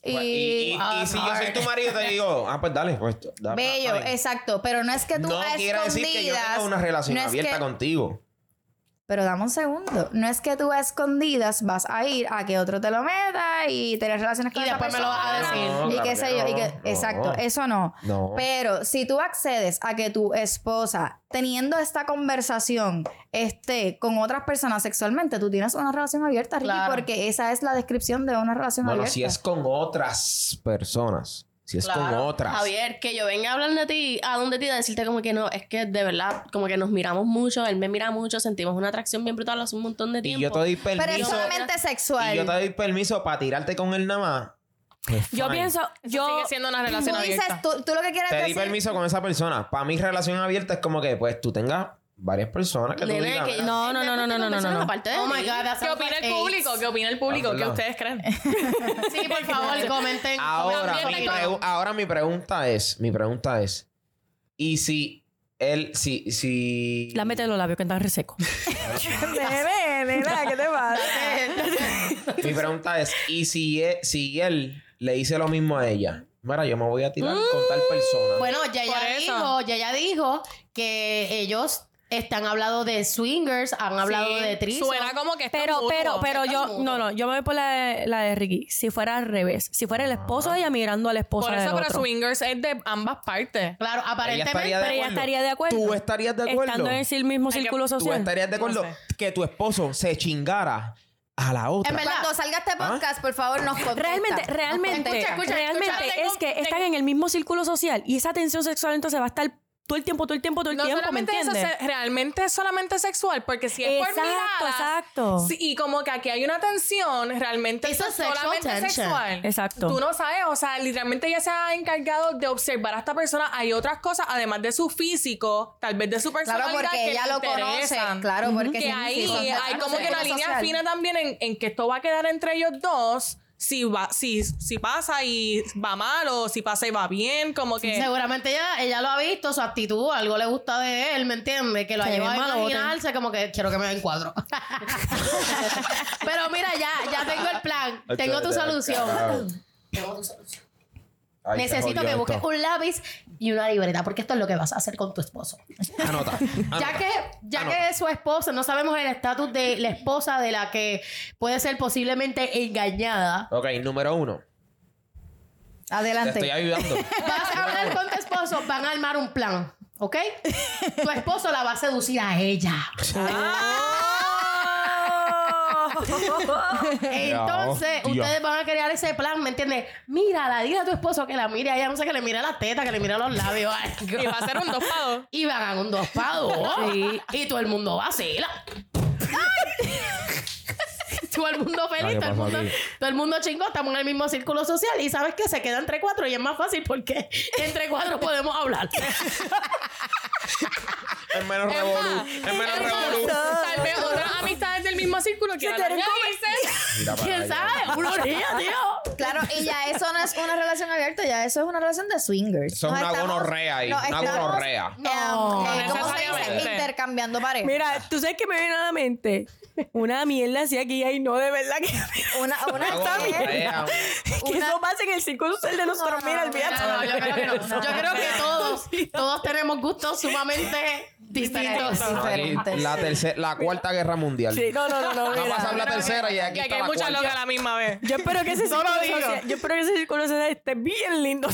S3: Y, Ah, eh.
S1: Pues, Y, y- y si yo soy tu marido, te digo, ah, pues dale, pues. da-
S3: bello,
S1: dale.
S3: exacto. Pero no es que tú
S1: No
S3: a
S1: quiere
S3: escondidas.
S1: decir que yo tenga una relación
S3: no es
S1: abierta
S3: que-
S1: contigo.
S3: Pero dame un segundo. No es que tú a escondidas vas a ir a que otro te lo meta y tener relaciones con
S6: Y
S3: esa
S6: después me lo vas a
S3: persona,
S6: decir.
S1: No,
S3: Y
S1: claro
S3: qué
S1: que
S3: sé yo. y
S1: no,
S3: que-
S1: no.
S3: Exacto, eso no.
S1: No.
S3: Pero si tú accedes a que tu esposa, teniendo esta conversación, esté con otras personas sexualmente, tú tienes una relación abierta, Ricky,
S6: Claro.
S3: porque esa es la descripción de una relación
S1: Bueno,
S3: abierta.
S1: si es con otras personas. Si es con
S6: Claro,
S1: otras.
S5: Javier, que yo venga a hablar de ti, a donde ti, a decirte como que no, es que de verdad, como que nos miramos mucho, él me mira mucho, sentimos una atracción bien brutal hace un montón de tiempo.
S1: Y yo te doy
S3: Pero es
S1: permiso.
S3: solamente
S1: Y yo te
S3: sexual.
S1: doy permiso para tirarte con él nada más. Pues,
S2: Yo
S1: fine.
S2: pienso,
S9: Yo,
S2: yo,
S9: sigue siendo una
S3: Tú,
S9: relación
S3: dices,
S9: abierta.
S3: tú, tú lo que quieres
S1: Te di
S3: decir...
S1: permiso con esa persona. Para mí, relación abierta es como que, pues, tú tengas varias personas que tú
S5: Nene,
S1: digas,
S5: que-
S1: "Ah,
S5: no, no, no, no, no, no, no, no. Aparte de
S6: Oh my
S5: mí.
S6: God, that's
S9: ¿Qué
S6: sounds
S9: opina
S6: like
S9: el público?
S6: AIDS.
S9: ¿Qué opina el público? ¿Qué
S1: Habla.
S9: ustedes creen?
S6: Sí, por favor, comenten.
S1: Ahora mi,
S6: comenten.
S1: pregu- ahora mi pregunta es, mi pregunta es, ¿y si él, si, si...
S2: la mete los labios que están resecos.
S3: Nene, nena, ¿qué te pasa?
S1: Mi pregunta es, ¿y si, e- si él le hice lo mismo a ella? Mira, yo me voy a tirar con tal persona.
S6: Bueno, ya
S9: Por
S6: ya
S9: eso.
S6: dijo, ya ya dijo que ellos están hablando de swingers, han hablado
S9: Sí,
S6: de tris.
S9: Suena como que esto es
S2: Pero,
S9: mutuo.
S2: pero, pero yo,
S6: mutuo.
S2: no, no, yo me voy por la de, la de Ricky. Si fuera al revés, si fuera el esposo de ella mirando al esposo
S9: Por
S2: del
S9: eso, pero
S2: otro.
S9: swingers es de ambas partes.
S6: Claro,
S1: estaría
S6: aparentemente.
S1: de-
S2: Pero ella
S1: acuerdo.
S2: estaría de acuerdo.
S1: ¿Tú estarías de acuerdo?
S2: Estando en el mismo círculo
S1: ¿Tú
S2: social.
S1: estarías de acuerdo
S9: No sé.
S1: que tu esposo se chingara a la otra?
S6: En verdad,
S3: Cuando salga este podcast, por favor, nos contesta.
S2: Realmente,
S3: Nos
S2: realmente,
S3: contesta.
S2: realmente es que están en el mismo círculo social y esa tensión sexual entonces va a estar todo el tiempo, todo el tiempo, todo el
S9: No
S2: tiempo, ¿me
S9: solamente eso,
S2: entiendes?
S9: se- realmente es solamente sexual, porque si es por
S2: Exacto,
S9: miradas...
S2: exacto.
S9: si- y como que aquí hay una tensión, realmente
S6: It's
S9: esto
S6: a
S9: es
S6: sexual
S9: solamente
S6: tension.
S9: sexual.
S2: Exacto.
S9: Tú no sabes, o sea, literalmente ella se ha encargado de observar a esta persona. Hay otras cosas, además de su físico, tal vez de su
S3: Claro,
S9: personalidad
S3: porque
S9: que
S3: ella
S9: le
S3: lo conoce.
S9: interesan.
S3: Claro, porque...
S9: que
S3: sí,
S9: ahí
S3: sí, son-
S9: hay como que una
S3: círculo
S9: línea
S3: social.
S9: fina también en, en que esto va a quedar entre ellos dos si va si, si pasa y va mal o si pasa y va bien como que
S6: Seguramente ella, ella lo ha visto, su actitud, algo le gusta de él, ¿me entiendes? Que lo ha
S2: Se
S6: llevado a
S2: ve malote.
S6: imaginarse como que quiero que me den cuadro. Pero mira, ya, ya tengo el plan, tengo tu
S1: Ah,
S6: solución. Tengo tu solución.
S1: Ay, se
S6: Necesito
S1: jodió
S6: que busques
S1: esto.
S6: un lápiz y una libreta, porque esto es lo que vas a hacer con tu esposo.
S1: Anota, anota.
S9: Ah,
S6: Ya que, ya
S1: Anota.
S6: que su esposa, no sabemos el estatus de la esposa de la que puede ser posiblemente engañada.
S1: Ok, número uno. Te estoy
S3: Adelante.
S1: ayudando.
S6: Vas a hablar con tu esposo, van a armar un plan, ¿ok? Tu esposo la va a seducir a ella. Ah. Entonces,
S1: Ya,
S6: ustedes van a crear ese plan, ¿me entiendes? Mírala, dile a tu esposo que la mire a ella, no sé, que le mire la teta, que le mire los labios. algo.
S9: y va a ser un dopado
S6: Y van a un dos para dos. Y todo el mundo vacila. todo el mundo
S1: Ay,
S6: feliz,
S1: ¿qué
S6: todo el
S1: pasó
S6: mundo,
S1: aquí?
S6: todo el mundo chingón, estamos en el mismo círculo social y sabes que se queda entre cuatro y es más fácil porque entre cuatro podemos hablar.
S1: Es menos
S9: Es
S1: revolú.
S9: más,
S1: Es menos revolú.
S9: tal vez otras amistades del mismo círculo quieran añadirse
S1: Mira para
S6: ¿Quién
S1: allá.
S6: sabe? Uno ría, tío.
S3: Claro, y ya eso no es una relación abierta, ya eso es una relación de swingers.
S1: Eso es
S3: Nos
S1: una
S3: estamos-
S1: gonorrea ahí,
S3: nos
S1: una
S3: estamos,
S1: gonorrea.
S3: em,
S6: No,
S3: eh,
S9: no
S3: ¿Cómo se dice?
S9: necesariamente.
S3: Intercambiando parejas.
S2: Mira, tú sabes que me viene a la mente una mierda así aquí y no, de verdad que,
S3: Una, una,
S1: Una gonorrea.
S2: que eso pasa en el círculo social de nosotros. Mira, el
S6: No, no, yo creo que no. Yo creo que todos, todos tenemos gustos sumamente distintos.
S3: Diferentes.
S1: Ahí, La tercera, la cuarta guerra mundial.
S2: Sí, no, no, no, no,
S1: Nada
S2: mira.
S1: más habla tercera y aquí
S9: y aquí
S1: está la la
S9: muchas
S1: cuarta.
S9: locas a la misma vez.
S2: Yo espero que ese
S9: No lo
S2: círculo
S9: digo.
S2: social- yo espero que ese círculo social esté bien lindo.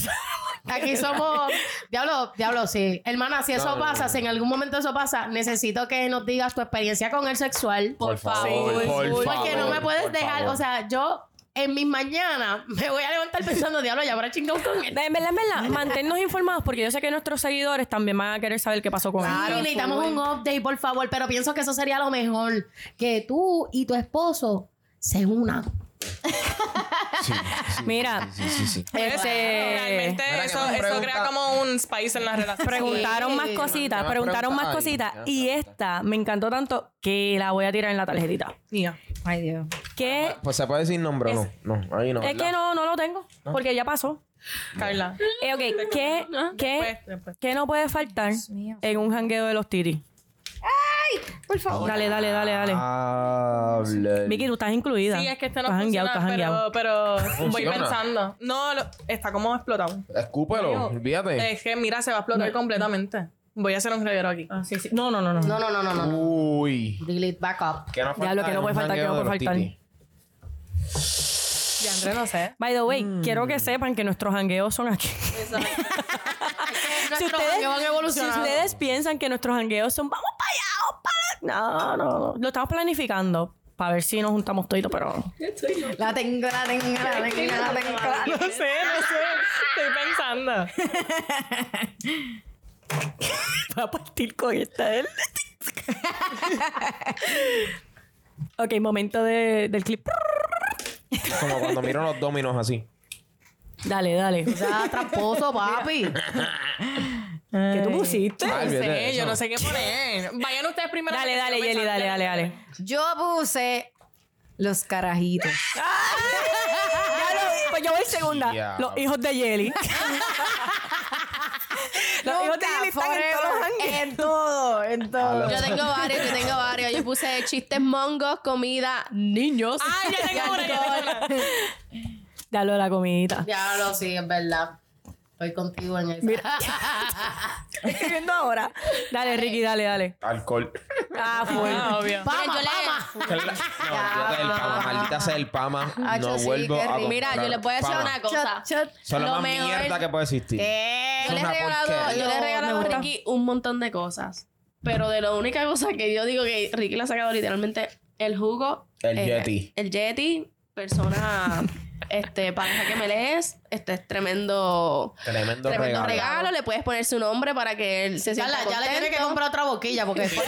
S6: Aquí somos. Diablo, diablo, sí. Hermana, si eso
S1: No, no,
S6: pasa,
S1: no.
S6: si en algún momento eso pasa, necesito que nos digas tu experiencia con el sexual.
S1: Por favor,
S2: favor,
S1: por favor.
S6: Porque no me puedes
S1: por
S6: dejar.
S1: favor.
S6: O sea, yo en mis mañanas me voy a levantar pensando, diablo, ya habrá chingado con él.
S2: De verdad, en verdad, Ah, manténnos informados porque yo sé que nuestros seguidores también van a querer saber qué pasó con él.
S6: sí, necesitamos un update, por favor. Pero pienso que eso sería lo mejor. Que tú y tu esposo se unan.
S1: Sí, sí,
S2: Mira.
S1: Sí, sí, sí, sí.
S2: Este,
S9: Realmente
S1: Mira que
S9: eso,
S1: nos
S9: eso
S1: pregunta-
S9: crea como un spice en la relación.
S2: Preguntaron más
S1: ¿Qué
S2: cositas,
S1: más
S2: preguntaron más
S1: preguntas hay?
S2: cositas.
S1: ¿Qué más
S2: Y
S1: preguntas?
S2: esta me encantó tanto que la voy a tirar en la tarjetita.
S9: Mía.
S3: Ay, Dios.
S9: Ah,
S2: Que
S1: Pues se puede decir nombre o no. No, ahí no.
S2: es que no, no lo tengo,
S9: Ah.
S2: porque ya pasó.
S9: Carla.
S2: Eh, ok, ¿qué, qué,
S9: Después, después.
S2: qué no puede faltar
S3: mío.
S2: en un jangueo de los tiris?
S3: Por favor.
S2: Dale, dale, dale, dale.
S1: Hable.
S2: Vicky, tú estás incluida.
S9: Sí, es que este no
S2: Estás jangueado,
S9: funciona,
S2: estás jangueado.
S9: pero, pero voy
S1: Funciona.
S9: pensando. No, lo- está como explotado.
S1: Escúpelo, olvídate.
S9: Es que mira, se va a explotar completamente. Voy a hacer un reguero aquí.
S2: Ah, sí, sí. No, no, no, no.
S6: No, no, no, no, no.
S1: Uy.
S6: Delete back up.
S1: ¿Qué no
S2: Ya, lo que no puede faltar, que no puede faltar.
S9: Ya, André, no sé.
S2: By the way, quiero que sepan que nuestros jangueos son aquí. si, ustedes, si ustedes piensan que nuestros jangueos son vamos para allá, vamos para... No, no, no. Lo estamos planificando para ver si nos juntamos todito, pero...
S3: La tengo, la tengo, la tengo, la tengo. la
S9: No
S3: tengo.
S9: sé, no sé. Estoy pensando.
S2: Va a partir con esta él. ok, momento de- del clip.
S1: Como cuando miro los dominos así.
S2: Dale, dale.
S6: Ya, tramposo, papi.
S2: ¿Qué tú pusiste?
S1: Ah,
S9: No
S1: olvídate de
S9: sé, yo
S1: eso.
S9: no sé qué poner. Vayan ustedes primero.
S2: Dale,
S9: porque
S2: dale,
S9: yo
S2: Yeli,
S9: pensando.
S2: dale, dale, dale.
S3: Yo puse los carajitos.
S2: Ya lo- pues yo voy segunda.
S1: Ya.
S2: Los hijos de Yeli. los hijos de Yeli están en todos los jangueos.
S3: en todo, en todo.
S5: Yo tengo varios, yo tengo varios. Yo puse chistes mongos, comida, niños.
S2: Ah,
S9: Ay, ya tengo una, ya tengo una.
S2: Ya lo de la comidita.
S6: Diablo, sí, es verdad. Estoy contigo en eso.
S2: Mira. Escribiendo ahora. Dale, Ricky, dale, dale.
S1: Alcohol.
S2: Ah, fue.
S9: Ah, obvio.
S5: Mira, yo le-
S1: No, olvídate del pama. Maldita sea el pama.
S3: Ah, yo
S1: No
S3: sí,
S1: vuelvo
S3: qué
S1: a
S3: rico.
S5: Mira, yo
S1: comprar
S5: les voy a decir
S1: pama.
S5: una cosa.
S3: Chat, chat.
S1: Eso es lo,
S5: Lo
S1: más
S5: mejor-
S1: mierda que puede existir.
S3: ¿Qué?
S5: Yo
S1: Es
S5: le he
S1: una
S5: regalado,
S1: porquería.
S5: yo le he regalado
S2: Me
S5: a
S2: gusta.
S5: Ricky un montón de cosas. Pero de la única cosa que yo digo que Ricky le ha sacado literalmente el jugo.
S1: El
S5: eh,
S1: Yeti.
S5: El Yeti, persona, este, pareja que me lees. Este es tremendo,
S1: Tremendo,
S5: tremendo
S1: regalo.
S5: regalo. Le puedes poner su nombre para que él se sienta
S6: Carla, ya le
S5: contento.
S6: tiene que comprar otra boquilla porque después.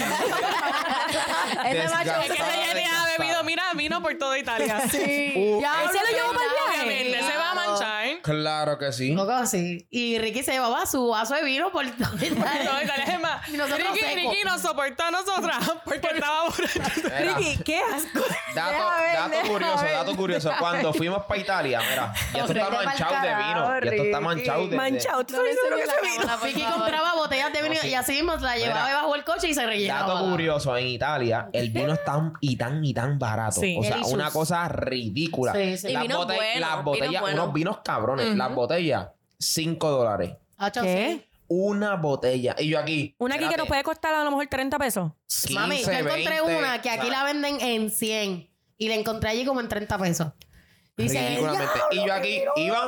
S1: Este macho
S9: Es que ese Jenny ha bebido, mira, vino por toda Italia.
S1: Uh,
S2: ¿Ese lo llevo para el viaje?
S9: Obviamente, se va a manchar.
S1: claro que sí.
S6: Loco, sí. Y Ricky se llevaba su vaso de vino por todo el
S9: No, Italia es más.
S6: Y nosotros
S9: Ricky,
S6: seco.
S9: Ricky nos soportó a nosotras porque estaba borracho.
S1: Mira,
S2: Ricky, qué asco.
S1: dato, dato curioso, dato curioso. Cuando fuimos para Italia, mira, ya esto está
S3: pa'l
S1: manchado de vino. Ya esto está manchado de- de
S2: Manchado. ¿Tú sabes lo que se vino?
S6: Ricky compraba botellas de vino
S1: No, sí.
S6: y así mismo la llevaba
S1: Mira.
S6: debajo del coche y se rellenaba.
S1: Dato curioso, en Italia el vino es tan y tan y tan barato.
S9: Sí.
S1: o sea,
S6: Delicious.
S1: una cosa ridícula.
S6: Sí, sí.
S5: Y
S1: Las,
S5: vino
S1: bote-
S5: bueno,
S1: las
S5: vino
S1: botellas,
S5: bueno.
S1: unos vinos cabrones. Las botellas, 5 dólares.
S6: Hacho,
S2: ¿Qué?
S1: Una botella. Y yo aquí.
S2: Una aquí que nos
S1: espérate,
S2: puede costar a lo mejor 30 pesos.
S1: 15,
S6: sí. Mami, yo encontré
S1: 20,
S6: una que aquí
S1: o sea,
S6: la venden en 100 y la encontré allí como en 30 pesos. Dice,
S1: ridículamente. Y yo aquí iba,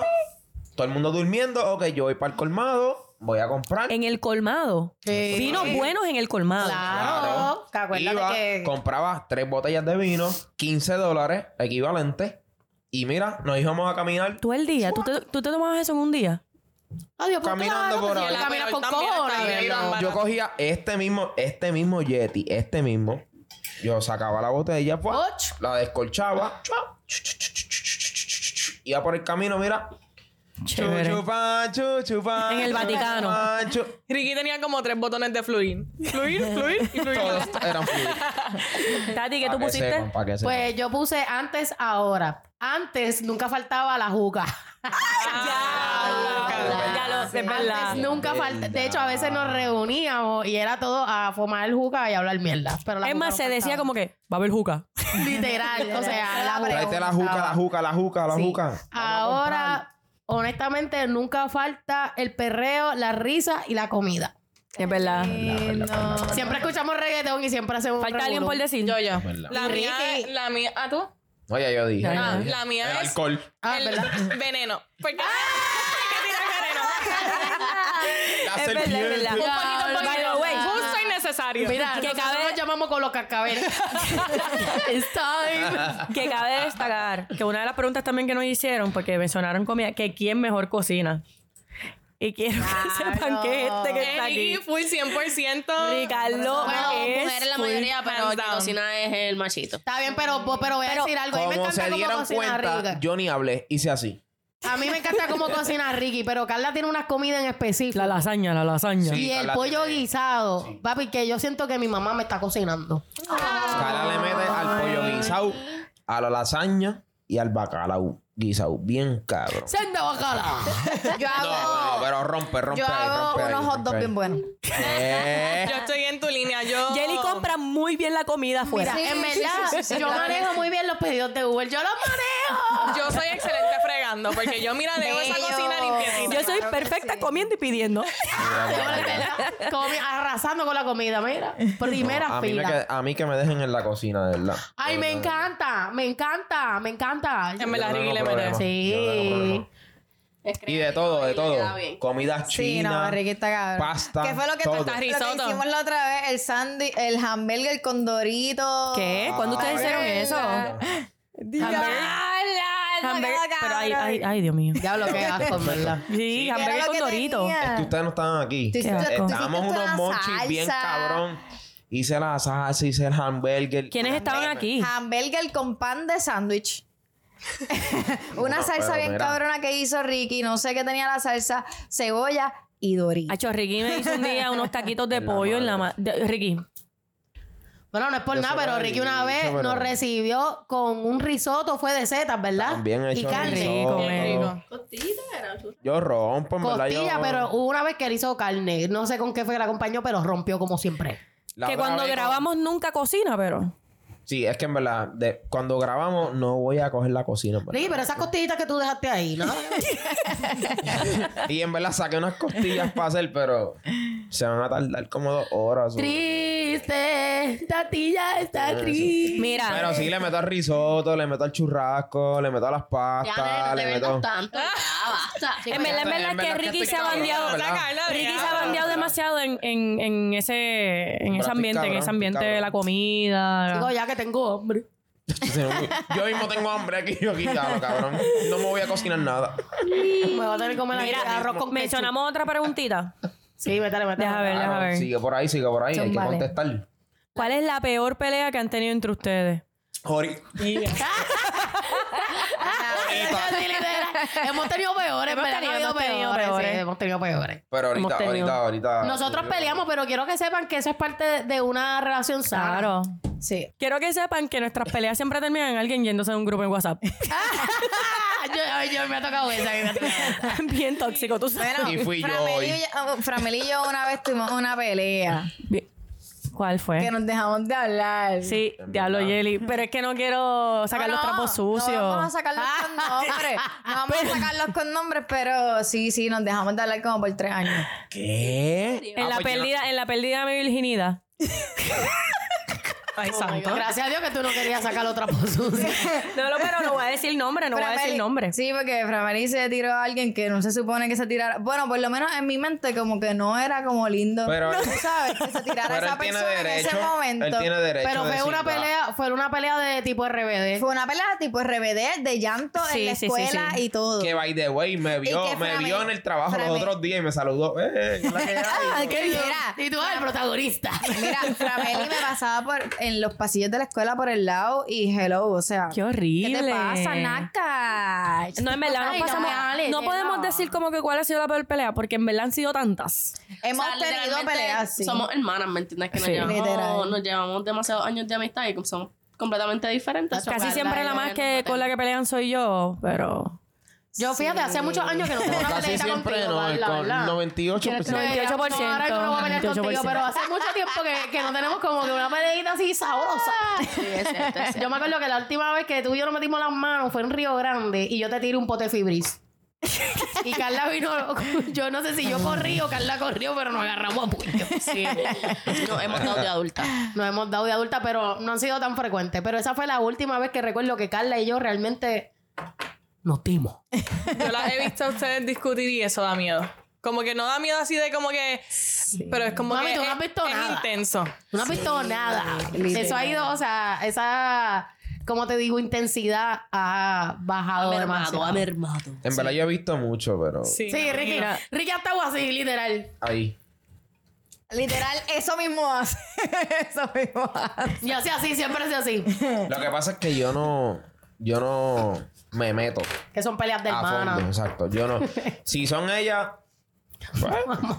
S1: todo el mundo durmiendo. Ok, yo voy para el colmado, voy a comprar.
S2: En el colmado.
S6: Sí.
S2: Vinos buenos en el colmado.
S6: Eh, claro, que acuérdate
S1: Iba,
S6: que...
S1: compraba tres botellas de vino, 15 dólares equivalente. Y mira, nos íbamos a caminar
S2: Tú el día, ¿tú te, tú te tomabas eso en un día.
S6: Adiós, pues
S1: Caminando
S6: claro,
S1: por
S6: que
S1: ahí.
S6: sí, Caminas con
S9: También está
S6: cojones.
S9: bien,
S6: ¿no?
S9: barato.
S1: Yo cogía este mismo, este mismo Yeti, este mismo. Yo sacaba la botella, pues,
S6: Och.
S1: la descolchaba. chua, chu, chu, chu, chu, chu, chu, chu, chu, chu, chu. Iba por el camino, mira.
S2: Chévere.
S1: Chu, chupa, chu, chupa,
S2: En el
S1: chu,
S2: Vaticano.
S1: chupa, chu.
S9: Ricky tenía como tres botones de fluir. Fluir, fluir y fluir.
S1: Todos eran fluidos.
S2: Tati, ¿qué tú
S1: Pa' que sepan,
S2: pusiste?
S1: pa' que sepan.
S6: Pues yo puse antes, ahora. Antes nunca faltaba la juca.
S1: Ah,
S2: Ya lo sé, es verdad.
S6: Antes nunca faltaba. De hecho, a veces nos
S1: Verdad.
S6: reuníamos y era todo a fumar el juca y hablar mierda. Pero la
S2: Es
S6: juca
S2: más,
S6: no
S2: se
S6: faltaba.
S2: decía como que va a haber juca.
S6: Literal, o sea, la juca.
S1: Tráete la
S6: no
S1: juca, la
S6: faltaba.
S1: juca, la juca, la
S6: Sí.
S1: juca.
S6: Ahora, honestamente, nunca falta el perreo, la risa y la comida.
S2: Es verdad.
S6: Siempre escuchamos reggaetón y siempre hacemos un
S2: Falta alguien
S6: revolú.
S2: por decir.
S9: Yo, yo. La
S6: Y
S9: mía,
S6: Ricky.
S9: la mía. ¿Ah, tú?
S1: No, ya yo dije.
S2: Ah,
S1: yo dije.
S9: la mía
S1: El
S9: es-
S1: alcohol.
S6: Ah,
S9: el
S6: ¿verdad? Ah.
S9: veneno. Porque hay que tirar veneno.
S1: La
S2: Es verdad, es verdad.
S1: serpiente.
S9: Un poquito, un
S2: By the
S9: poquito.
S2: way,
S9: Justo y necesario.
S6: Mira,
S2: Que
S6: que
S2: cabe-
S6: nos llamamos con los cascabeles.
S2: It's time. Que cabe destacar que una de las preguntas también que nos hicieron, porque mencionaron comida, que quién mejor cocina. Y quiero que sepan que este que está
S9: Eric
S2: aquí.
S9: y full 100%.
S2: Ricardo
S5: Bueno,
S2: es
S5: mujeres la
S2: full
S5: mayoría, pero
S9: hands
S5: el que
S9: down.
S5: cocina es el machito.
S6: Está bien, pero, pero voy a decir algo. A mí me
S1: Como
S6: encanta
S1: se
S6: cómo
S1: dieron
S6: cocina
S1: cuenta,
S6: Ricky.
S1: yo ni hablé. Hice así.
S6: A mí me encanta cómo cocina Ricky, pero Carla tiene unas comidas en específico.
S2: La lasaña, la lasaña.
S1: Sí.
S6: y el
S1: Carla
S6: pollo
S1: tiene-
S6: guisado. Papi, que yo siento que mi mamá me está cocinando.
S1: Cara le mete al pollo guisado, a la lasaña y al bacalao guisado. Bien cabrón.
S6: ¡Senda bacala!
S3: Yo
S1: No, no,
S3: hago,
S1: pero rompe, rompe.
S3: yo
S1: ahí,
S3: hago
S1: rompe ahí,
S3: unos hot
S1: rompe
S3: dogs
S1: ahí.
S3: bien buenos.
S1: Eh,
S9: Yo estoy en tu línea. Yo.
S2: Jelly compra muy bien la comida afuera.
S6: Mira, en verdad, yo manejo muy bien los pedidos de Uber. ¡Yo los manejo!
S9: Yo soy excelente fregando. Porque yo, mira, dejo esa
S3: Bello.
S9: cocina limpiecita.
S2: Yo soy perfecta comiendo y pidiendo.
S6: Comi- arrasando con la comida, mira. Primera
S1: a, mí me
S6: fila.
S1: que, a mí que me dejen en la cocina, de verdad.
S6: Ay, me encanta, me encanta, me encanta.
S9: En verdad,
S1: Yo no
S9: Ricky le
S1: tengo
S9: mete.
S1: problema. Yo no tengo
S6: Sí.
S1: problema. Y de todo, de todo. Comida
S3: Sí, no,
S1: china.
S3: Ricky está cabrón.
S1: pasta,
S3: ¿Qué fue lo que,
S1: todo.
S3: lo que
S9: Risotto.
S3: hicimos la otra vez? El sandy, el hamburger con dorito.
S2: ¿Qué? ¿Cuándo ustedes
S1: Ay,
S2: hicieron eso?
S3: Ah,
S2: Hamburger- Pero ay, ay, ay, Dios mío.
S6: Diablo, qué asco, en verdad.
S2: Sí, hamburguesa con dorito.
S1: Es que ustedes no estaban aquí.
S3: Tú hiciste-
S2: asco.
S3: tú
S1: Estábamos
S3: hiciste
S1: unos
S3: la
S1: monchis bien
S3: salsa.
S1: cabrón. Hice la salsa, hice el hamburger.
S2: ¿Quiénes estaban aquí?
S3: Hamburger con pan de sándwich. Una
S1: No,
S3: salsa
S1: pero
S3: bien
S1: mira.
S3: cabrona que hizo Ricky. No sé qué tenía la salsa. Cebolla y dorito.
S2: Acho, Ricky me hizo un día unos taquitos de
S1: En la
S2: pollo en la... ma-
S1: madre.
S2: de- Ricky,
S6: Bueno, no es por
S1: Yo
S6: nada,
S1: se lo
S6: pero
S1: he
S6: Ricky una
S1: dicho,
S6: vez
S1: pero-
S6: nos recibió con un risotto, fue de setas, ¿verdad?
S1: También he
S6: Ah, y
S1: hecho
S6: carne.
S2: rico,
S1: risotto.
S2: rico.
S1: Yo rompo, en verdad. yo-
S6: Costilla, pero hubo una vez que le hizo carne. No sé con qué fue que la acompañó, pero rompió como siempre.
S1: La
S2: que
S1: otra
S2: cuando
S1: vez con-
S2: grabamos nunca cocina, pero...
S1: Sí, es que en verdad, de- cuando grabamos no voy a coger la cocina. en verdad.
S6: Ricky, pero esas costillitas que tú dejaste ahí, ¿no?
S1: Y en verdad saqué unas costillas para hacer, pero se van a tardar como dos horas. o-
S6: Triste, Tatilla
S1: Ah,
S6: está triste.
S2: Mira,
S1: Pero sí, le meto al risotto, le meto al churrasco, le meto a las
S5: Ya,
S1: pastas,
S5: no te
S1: le meto...
S5: vendas tanto. Ya, basta.
S2: en verdad, en verdad
S1: en
S2: que
S1: verdad que
S2: Ricky
S1: estoy
S2: se ha
S1: cabrón,
S2: bandeado...
S1: ¿verdad?
S2: Ricky se ha bandeado demasiado en, en, en ese, en ese
S1: Bratis,
S2: ambiente, en
S1: cabrón,
S2: ese ambiente
S1: cabrón.
S2: de la
S5: Ah.
S2: comida.
S6: Digo, ya que tengo hambre.
S1: Yo mismo tengo hambre aquí, yo aquí, diablo, cabrón. No me voy a cocinar nada.
S6: Me voy a tener que comer aquí arroz con ketchup.
S2: Mencionamos otra preguntita.
S6: Sí, métale, métale.
S2: Deja ver, deja
S1: Claro,
S2: ver.
S1: Sigue por ahí, sigue por ahí, hay que
S3: Zumbale.
S1: contestar.
S2: ¿Cuál es la peor pelea que han tenido entre ustedes?
S1: Jori.
S6: Hemos tenido peores,
S2: Hemos
S6: hemos tenido,
S2: tenido, hemos tenido
S6: peores.
S2: peores.
S6: sí, hemos tenido peores.
S1: Pero
S2: Hemos
S1: ahorita,
S2: tenido-
S1: ahorita, ahorita...
S6: Nosotros peleamos, pero quiero que sepan que eso es parte de una relación sana.
S2: Claro.
S3: Sí.
S2: Quiero que sepan que nuestras peleas siempre terminan en alguien yéndose de un grupo en WhatsApp.
S6: Ah, yo, ay, yo me ha tocado esa, a mí me ha tocado esa.
S2: Bien tóxico, tú sabes.
S3: Bueno,
S1: Y fui yo
S3: Framel
S1: hoy.
S3: y yo- oh, Framel y yo una vez tuvimos una pelea
S2: Bien. ¿Cuál
S3: que
S2: fue?
S3: nos dejamos de hablar.
S2: Eh. Sí, diablo,
S1: verdad.
S2: Jelly. Pero es que no quiero
S6: Ah,
S2: sacar los
S3: No,
S2: trapos
S3: no,
S2: sucios.
S3: No vamos a sacarlos con nombres. No vamos a sacarlos con nombres, pero sí, sí, nos dejamos de hablar como por tres años.
S1: ¿Qué?
S2: en,
S1: Ah,
S2: la
S1: pues yo no-
S2: pérdida, en la pérdida de mi virginidad. Ay, santo.
S6: Gracias a Dios que tú no querías sacar otra posición.
S2: No, no, pero no voy a decir nombre, no voy a decir
S3: Frameli-
S2: nombre.
S3: Sí, porque Frameli se tiró a alguien que no se supone que se tirara. Bueno, por lo menos en mi mente, como que no era como lindo.
S1: Pero-
S3: tú sabes, que se tirara
S1: Pero
S3: a
S1: él
S3: esa
S1: tiene
S3: persona en
S1: derecho.
S3: ese momento.
S1: Él tiene derecho
S6: Pero
S1: a
S6: fue
S1: decir,
S6: una
S1: va.
S6: pelea, fue una pelea de tipo RBD.
S3: Fue una pelea tipo RBD, de llanto
S2: Sí,
S3: en la
S2: sí, sí,
S3: escuela
S2: sí.
S3: y todo.
S1: Que by the way, me vio,
S3: que
S1: me
S3: Frame-
S1: vio en el trabajo los
S3: Frame-
S1: otros días y me saludó. Eh, ¿qué es la que hay?
S3: Porque mira,
S6: Y tú, ah, el protagonista.
S3: mira, Frameli me pasaba por, en los pasillos de la escuela por el lado y hello, o sea.
S2: Qué horrible.
S3: ¿Qué te pasa, Naka?
S2: No, en verdad nos
S6: Ay, no
S2: pasamos.
S6: me hables,
S2: No
S6: de
S2: podemos
S6: verdad.
S2: decir como que cuál ha sido la peor pelea, porque en verdad han sido tantas.
S5: O
S3: Hemos
S5: sea,
S3: tenido
S5: literalmente
S3: peleas, sí.
S5: Somos hermanas, ¿me entiendes? Que nos,
S2: Sí.
S5: llevamos,
S3: Literal.
S5: nos llevamos demasiados años de amistad y como somos completamente diferentes.
S6: Tacho,
S5: so,
S2: Casi
S6: verdad,
S2: siempre la
S5: no,
S2: más
S5: no,
S2: que
S5: no
S2: con la que pelean soy yo, pero.
S6: Yo fíjate, hace muchos años que no tengo
S1: No,
S6: una
S1: casi
S6: peleita
S1: siempre
S6: contigo,
S1: no, el
S6: Carla,
S1: con
S6: ¿verdad?
S1: 98%.
S2: 98%.
S6: No, ahora yo no voy a pelear
S2: 98%.
S6: contigo, pero hace mucho tiempo que, que no tenemos como que una peleita así sabrosa.
S5: Sí, es cierto, es
S6: Yo me acuerdo que la última vez que tú y yo nos metimos las manos fue en Río Grande y yo te tiré un pote de fibris. Y Carla vino, yo no sé si yo corrí o Carla corrió, pero nos agarramos a puño.
S5: Sí. No, hemos dado de adulta.
S6: Nos hemos dado de adulta, pero no han sido tan frecuentes. Pero esa fue la última vez que recuerdo que Carla y yo realmente nos dimos.
S9: Yo las he visto a ustedes discutir y eso da miedo. Como que no da miedo así de como que. Pero es como
S6: Mami,
S9: que.
S6: tú no has
S9: es-
S6: visto
S9: es
S6: nada.
S9: intenso.
S6: No has visto nada.
S8: literal.
S6: Eso ha ido, o sea, esa, como te digo, intensidad ha bajado demasiado.
S5: mermado.
S1: En verdad yo he visto mucho, pero...
S9: Sí.
S6: Sí, Ricky, Ricky ha estado así, literal.
S1: Ahí.
S3: Literal, eso mismo hace. eso mismo hace.
S6: Yo soy así, siempre soy así.
S1: Lo que pasa es que yo no... Yo no me meto
S6: Que son peleas de
S1: a
S6: hermana.
S1: fondo. Exacto. Yo no... Si son ellas...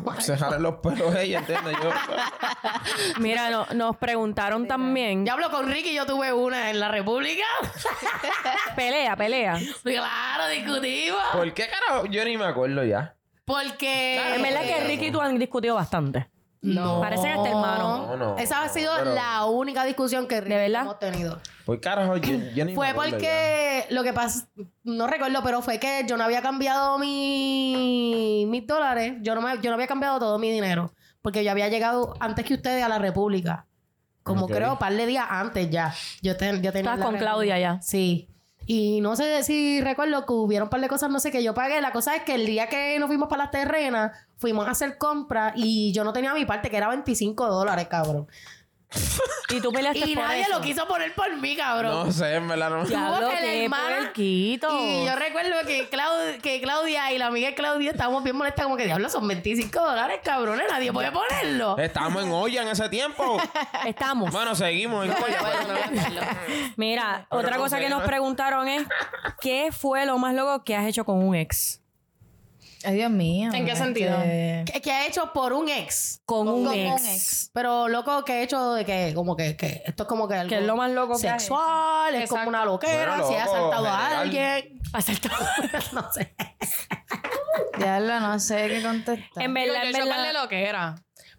S1: pues, se jalan los pelos ellas, ¿entiendes? Yo...
S2: Mira, no- nos preguntaron también.
S6: Ya hablo con Ricky, yo tuve una en la República.
S2: Pelea, pelea.
S6: claro, discutimos.
S1: ¿Por qué carajo? Yo ni me acuerdo ya.
S6: Porque. Eh,
S2: En verdad que Ricky y tú han discutido bastante.
S6: No.
S2: Parecen hasta hermanos.
S1: No, no.
S6: Esa ha sido
S1: Pero-
S6: la única discusión que Ricky
S2: ¿De verdad?
S6: hemos tenido.
S1: ¿Por qué carajo? Yo, yo ni me
S6: Fue
S1: acuerdo
S6: porque lo que pasa, no recuerdo, pero fue que yo no había cambiado mi, mis dólares, yo no, me- yo no había cambiado todo mi dinero, porque yo había llegado antes que ustedes a la República, como
S1: Ok.
S6: creo, un par de días antes ya. Yo, ten- yo tenía
S2: Estabas
S6: la
S2: con
S6: República.
S2: Claudia ya.
S6: Sí. Y no sé si recuerdo que hubieron un par de cosas, no sé, que yo pagué. La cosa es que el día que nos fuimos para las terrenas, fuimos a hacer compras y yo no tenía mi parte, que era 25 dólares, cabrón.
S2: Y tú peleaste
S6: Y
S2: por
S6: nadie
S2: eso.
S6: lo quiso poner por mí,
S1: ya.
S6: cabrón.
S1: No sé, en verdad no.
S2: Diablo,
S6: Tuvo que la
S2: qué
S6: hermana-
S2: puerquito.
S6: Y yo recuerdo que, Clau- que Claudia y la amiga de Claudia estábamos bien molestas, como que diablo, son 25 dólares, cabrones, nadie puede ponerlo.
S1: Estábamos en olla en ese tiempo.
S2: Estamos.
S1: Bueno, seguimos en olla.
S2: Mira,
S1: Pero
S2: otra
S1: no
S2: cosa
S1: sé,
S2: que
S1: ¿no?
S2: nos preguntaron es: ¿qué fue lo más loco que has hecho con un ex?
S3: Ay, Dios mío.
S9: ¿En qué sentido?
S3: Este,
S6: Que, que ha hecho por un ex.
S2: Con, un,
S3: con
S2: ex.
S3: un ex.
S6: Pero loco, que he hecho de que, como que, que esto es como que algo
S2: Que es lo más loco que has
S6: sexual, es como
S9: Exacto.
S6: una loquera,
S1: Bueno,
S6: si ha
S1: loco,
S6: asaltado a
S1: general.
S6: alguien. Asaltado. no sé.
S3: Ya lo no sé qué contestar.
S2: En
S9: Digo,
S2: verdad,
S9: yo
S2: en
S9: he hecho par de
S2: verdad.
S9: lo que era.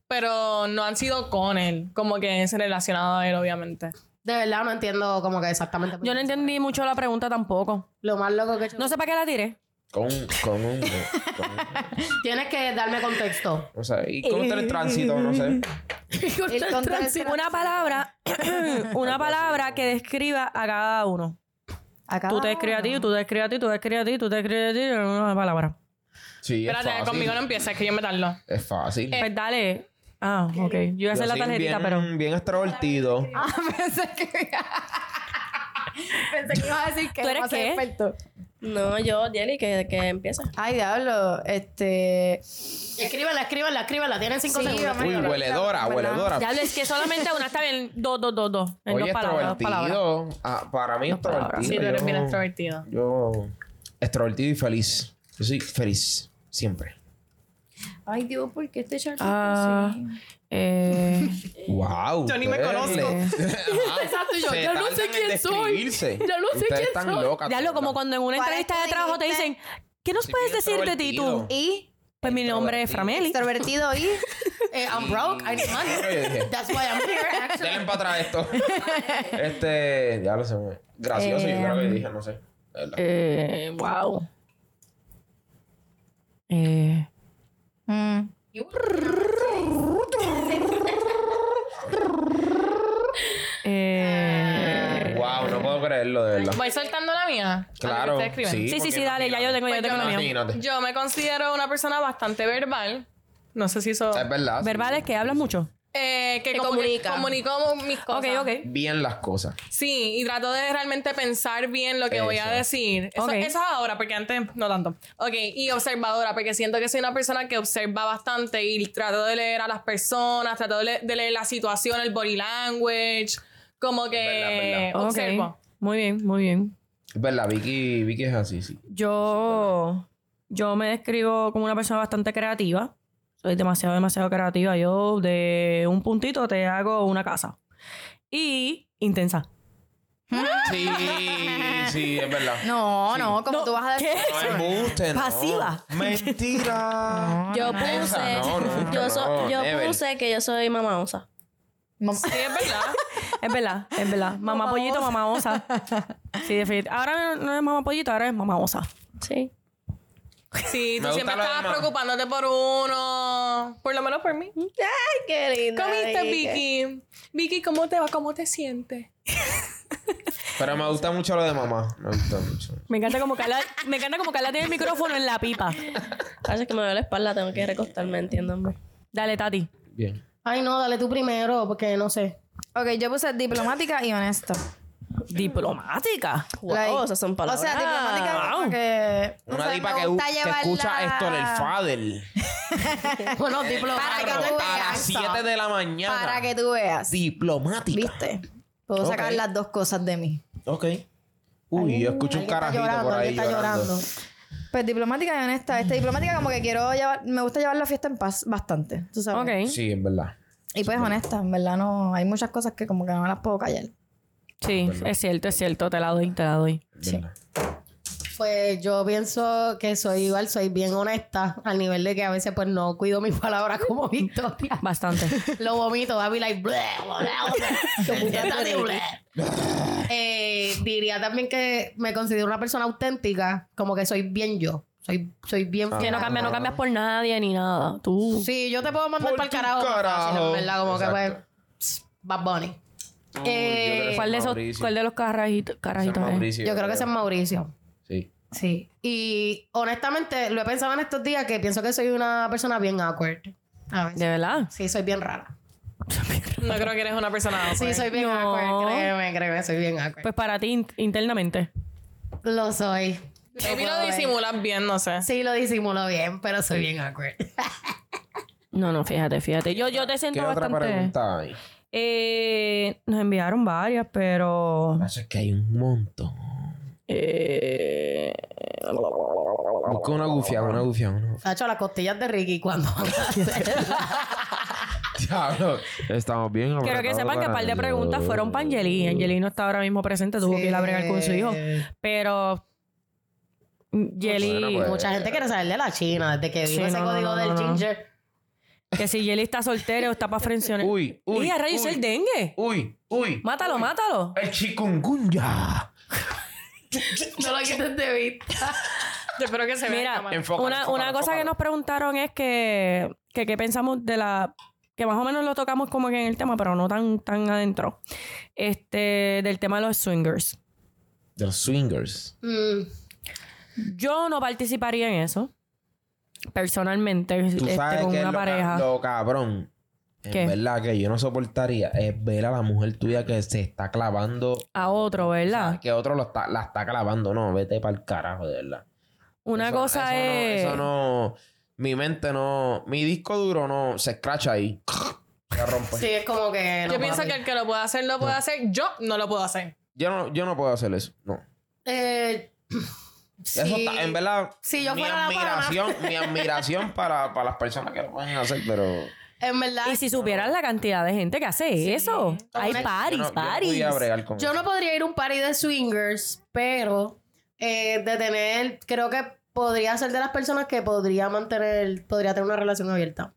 S9: Pero no han sido con él. Como que es relacionado a él, obviamente.
S6: De verdad no entiendo como que exactamente.
S2: Yo no entendí mucho la pregunta tampoco.
S6: Lo más loco que he hecho.
S2: No sé para qué la tiré.
S1: Con un. Con un. con un-
S6: Tienes que darme contexto.
S1: o sea, y con el tránsito, no sé.
S3: El contra-
S2: Una palabra, una palabra que describa a cada uno.
S3: Acá
S2: Tú te describes a ti, tú te describes a ti, tú te describes a ti, tú te describes a ti, una palabra.
S1: Sí, es
S9: Espérate,
S1: fácil.
S9: conmigo no empieces, que yo me tardo.
S1: Es fácil.
S2: Pues dale. Ah, ok. Yo iba a hacer
S1: Yo
S2: la
S1: soy
S2: tarjetita,
S1: bien,
S2: pero.
S1: Bien extrovertido.
S3: Ah, pensé que. pensé que ibas a decir que
S2: ¿Tú eres
S3: no soy
S2: qué?
S3: experto.
S5: No, yo, Jenny, que, que empieza.
S3: Ay, diablo. Este.
S6: Escríbala, escríbala, escríbala. Tienen cinco
S3: Sí,
S6: segundos.
S3: vamos.
S1: Uy, hueledora,
S3: ¿Verdad?
S1: hueledora.
S2: Ya es que solamente una está bien. Dos, dos, dos, dos. En
S1: Oye,
S2: dos palabras, dos palabras.
S1: extrovertido. Ah, para mí, extrovertido.
S9: Sí, tú eres
S1: Yo-
S9: bien extrovertido.
S1: Yo. Extrovertido y feliz. Yo soy feliz. Siempre.
S3: Ay, Dios, ¿por qué este charquito
S2: Ah.
S3: así?
S2: Eh,
S1: Wow.
S9: Yo ni me conozco.
S1: Exacto,
S6: yo, yo no sé quién soy.
S1: Yo no sé quién soy. Locas,
S2: diablo, como cuando en una
S3: ¿Cuál
S2: entrevista
S3: es
S2: de
S3: tu
S2: trabajo te
S3: dijiste?
S2: dicen, ¿qué nos
S1: Sí,
S2: puedes
S1: bien
S2: decir de ti tú?
S1: extrovertido.
S3: Y
S2: Pues mi nombre es Frameli.
S3: extrovertido y.
S6: Eh, I'm broke, I need money. That's why I'm here, actually.
S1: Denle para atrás esto. este. Ya lo sé. Gracioso, yo creo que dije, no sé. La verdad.
S2: Eh, wow. Eh,
S3: Mm.
S2: eh.
S1: Wow, no puedo creerlo, de verdad.
S9: ¿Voy soltando la mía? A lo que
S1: Claro.
S9: ustedes escriben.
S2: Sí, sí,
S1: porque
S2: sí, dale, ya yo tengo, ya yo
S9: Pues
S2: tengo
S9: yo
S2: lo mío.
S1: Imagínate.
S9: Yo me considero una persona bastante verbal. No sé si eso.
S1: Es verdad. sí.
S2: Verbales que hablas mucho.
S9: Eh, que
S5: Te
S9: comu-
S5: comunica.
S9: Comunico mis cosas.
S2: Ok, ok.
S1: Bien las cosas.
S9: Sí, y trato de realmente pensar bien lo que voy a
S1: Eso.
S9: decir. Eso,
S2: Ok.
S9: eso es ahora, porque antes no tanto. Ok, y observadora, porque siento que soy una persona que observa bastante y trato de leer a las personas, trato de, le- de leer la situación, el body language, como que
S1: Verdad,
S2: Ok.
S9: observo.
S2: Muy bien, muy bien.
S1: Es verdad, Vicky, Vicky es así, sí.
S2: Yo, yo me describo como una persona bastante creativa. Soy demasiado, demasiado creativa. Yo de un puntito te hago una casa. Y intensa.
S1: Sí, sí, es verdad.
S3: No, no, como
S2: No,
S3: tú vas a decir.
S1: No embuste, no.
S2: Pasiva.
S1: Mentira.
S5: Yo puse.
S1: Esa no, nunca,
S5: yo so-
S1: no,
S5: yo
S1: never.
S5: puse que yo soy mamá osa.
S3: Mam-
S9: Sí, es verdad.
S2: Es verdad, es verdad. Mamá pollito, mamá osa. Sí, definitivamente. Ahora no es mamá pollito, ahora es mamá osa.
S5: Sí.
S9: Sí,
S1: Me gusta
S9: tú siempre
S1: lo
S9: estabas
S1: demás.
S9: preocupándote por uno. Por lo menos por mí.
S8: Qué linda.
S9: ¿Comiste, Vicky? Vicky, ¿cómo te va? ¿Cómo te sientes?
S1: Pero me gusta mucho lo de mamá. Me gusta mucho.
S2: Me encanta como Carla, me encanta como Carla tiene el micrófono en la pipa.
S5: Parece que me duele la espalda, tengo que recostarme, entiéndanme.
S2: Dale, Tati.
S1: Bien.
S6: Ay, no, dale tú primero, porque no sé.
S3: Ok, yo puse diplomática y honesto.
S2: Diplomática.
S5: Wow,
S3: Like,
S5: esas son palabras.
S3: O sea, diplomática como que... no
S1: Una
S3: sé,
S1: dipa
S3: me
S1: que,
S3: gusta
S1: que
S3: llevarla-
S1: escucha esto en el Fadel.
S6: Bueno, diplomática.
S3: Para que
S1: Claro,
S3: tú
S1: a las
S3: veas.
S1: 7 de la mañana.
S3: Para que tú veas.
S1: Diplomática.
S3: ¿Viste? Puedo sacar
S1: Ok.
S3: las dos cosas de mí.
S1: Ok. Uy, yo escucho un
S6: Alguien está
S1: carajito
S6: llorando,
S1: por ahí
S6: alguien está llorando.
S3: Pues diplomática y honesta. Esta diplomática como que quiero llevar... Me gusta llevar la fiesta en paz bastante. ¿Tú sabes?
S2: Ok.
S1: Sí, en verdad.
S3: Y pues honesta, en verdad no... Hay muchas cosas que como que no me las puedo callar.
S2: Sí, es cierto, es cierto. Te la doy, te la doy.
S1: en verdad.
S6: Pues yo pienso que soy igual, soy bien honesta, al nivel de que a veces pues no cuido mis palabras como Victoria.
S2: Bastante.
S6: Lo vomito, I'll be like, bleh, bleh, bleh, Siéntate, bleh. Eh, diría también que me considero una persona auténtica, como que soy bien yo. Soy, soy bien
S2: Que no cambias, no cambias por nadie ni nada. Tú.
S6: Sí, yo te puedo mandar
S1: Por
S6: para el
S1: tu
S6: carajo.
S1: carajo.
S6: fácil, en verdad, como que
S1: Exacto.
S6: pues. pss, Bad
S1: Uy,
S6: Bunny.
S1: yo creo que
S2: Eh, ¿Cuál
S1: es
S2: de, esos,
S1: Mauricio.
S2: ¿Cuál de eh. los carajitos,
S1: Ese es
S2: carajitos es?
S1: Mauricio,
S6: Yo creo que ese es Mauricio.
S1: Sí.
S6: Sí. Y honestamente, lo he pensado en estos días que pienso que soy una persona bien awkward. A veces.
S2: ¿De verdad?
S6: Sí, soy bien rara.
S9: No creo que eres una persona.
S6: Sí, soy bien
S2: Pues No.
S6: awkward. Créeme, créeme, soy bien awkward.
S2: Pues para ti, in- internamente. Pues
S6: lo soy.
S9: Maybe
S6: eh.
S9: lo disimulas bien, no sé.
S6: Sí, lo disimulo bien, pero soy bien awkward.
S2: No, no, fíjate, fíjate. Yo, yo te siento
S1: ¿Qué otra
S2: bastante.
S1: pregunta hay?
S2: Eh, nos enviaron varias, pero.
S1: Eso es que hay un montón.
S2: Eh,
S1: Busca una gufia, una gufia, una gufia.
S6: Tacho, las costillas de Ricky cuando van a hacer?
S1: Diablo. Estamos bien.
S2: Quiero que
S1: apretados
S2: sepan que
S1: para
S2: un par de
S1: eso.
S2: preguntas fueron para
S6: Mm.
S2: Angeli. Angeli no está ahora mismo presente, tuvo que ir a bregar con su hijo. Pero. Jelly.
S1: Bueno, pues.
S6: Mucha gente quiere saber de la China desde que
S2: Sí,
S6: vino ese
S2: no, no,
S6: código
S2: no,
S6: del
S2: no, no.
S6: ginger.
S2: Que si Jelly está soltero o está para frencionar.
S1: Uy, uy.
S2: y a rayos
S1: uy,
S2: el dengue.
S1: Uy, uy.
S2: Mátalo, mátalo.
S1: El chikungunya.
S6: No lo quites de vista.
S9: Yo espero que se vea. en
S2: Mira,
S9: cámara.
S1: Enfócalo,
S2: una,
S1: enfócalo,
S2: una cosa que
S1: enfócalo.
S2: nos preguntaron es que, que qué pensamos de la que más o menos lo tocamos como que en el tema, pero no tan tan adentro. Este del tema de los swingers.
S1: De los swingers.
S6: Mm,
S2: Yo no participaría en eso. Personalmente,
S1: Tú
S2: este,
S1: sabes
S2: con
S1: que
S2: una
S1: es lo,
S2: pareja.
S1: ca- lo cabrón. En
S2: ¿Qué?
S1: verdad que yo no soportaría es ver a la mujer tuya que se está clavando.
S2: A otro, ¿verdad?
S1: Ah, Que otro lo está, la está clavando. No, vete para el carajo, de verdad.
S2: una
S1: Eso-
S2: cosa
S1: eso no-
S2: es.
S1: eso no. Mi mente no. Mi disco duro no. Se escracha ahí. Se rompe.
S6: Sí, es como que. no,
S9: Yo pienso
S6: papi.
S9: que el que lo pueda hacer, lo puede hacer. Yo no lo puedo hacer.
S1: Yo, no, yo no puedo hacer eso. No.
S6: Eh, sí.
S1: Eso está, en verdad.
S6: Si yo
S1: mi,
S6: fuera la pana.
S1: admiración, mi admiración para, para las personas que lo pueden hacer, pero.
S6: En verdad.
S2: Y si supieras la cantidad de gente que hace eso. Hay
S6: Una-
S2: paris,
S1: yo no, yo no
S2: paris.
S1: podía bregar con
S6: Yo
S1: eso.
S6: no podría ir a un party de swingers, pero eh, de tener, creo que podría ser de las personas que podría mantener, podría tener una relación abierta.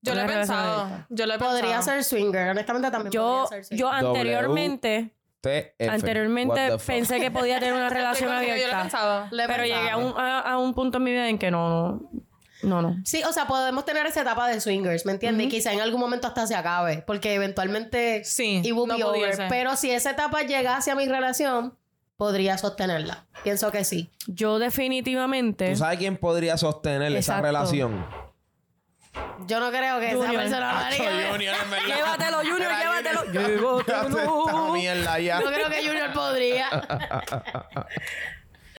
S9: Yo lo he
S2: Una relación
S9: pensado.
S2: abierta.
S9: Yo lo he
S6: Podría
S9: pensado.
S6: ser swinger, honestamente también
S2: yo,
S6: podría ser swinger.
S2: yo
S1: W.
S2: anteriormente,
S1: TF, what
S2: anteriormente
S1: the fuck.
S2: pensé que podía tener una relación
S9: Yo lo he
S2: abierta.
S9: pensado.
S6: Le he
S2: Pero
S6: pensado.
S2: llegué a un, a, a un punto en mi vida en que no, no, no.
S6: Sí, o sea, podemos tener esa etapa de swingers, ¿me entiendes? Y quizá en algún momento hasta se acabe, porque eventualmente
S9: Sí,
S6: it will
S9: no
S6: be over.
S9: pudiese.
S6: Pero si esa etapa llegase a mi relación, podría sostenerla. Pienso que sí.
S2: Yo definitivamente...
S1: ¿Tú sabes quién podría sostener esa
S2: Exacto.
S1: relación?
S6: Yo no creo que
S2: Junior.
S6: esa persona lo haría.
S2: Llévatelo, Junior, llévatelo. Llévatelo.
S1: mierda ya.
S6: No creo que Junior podría.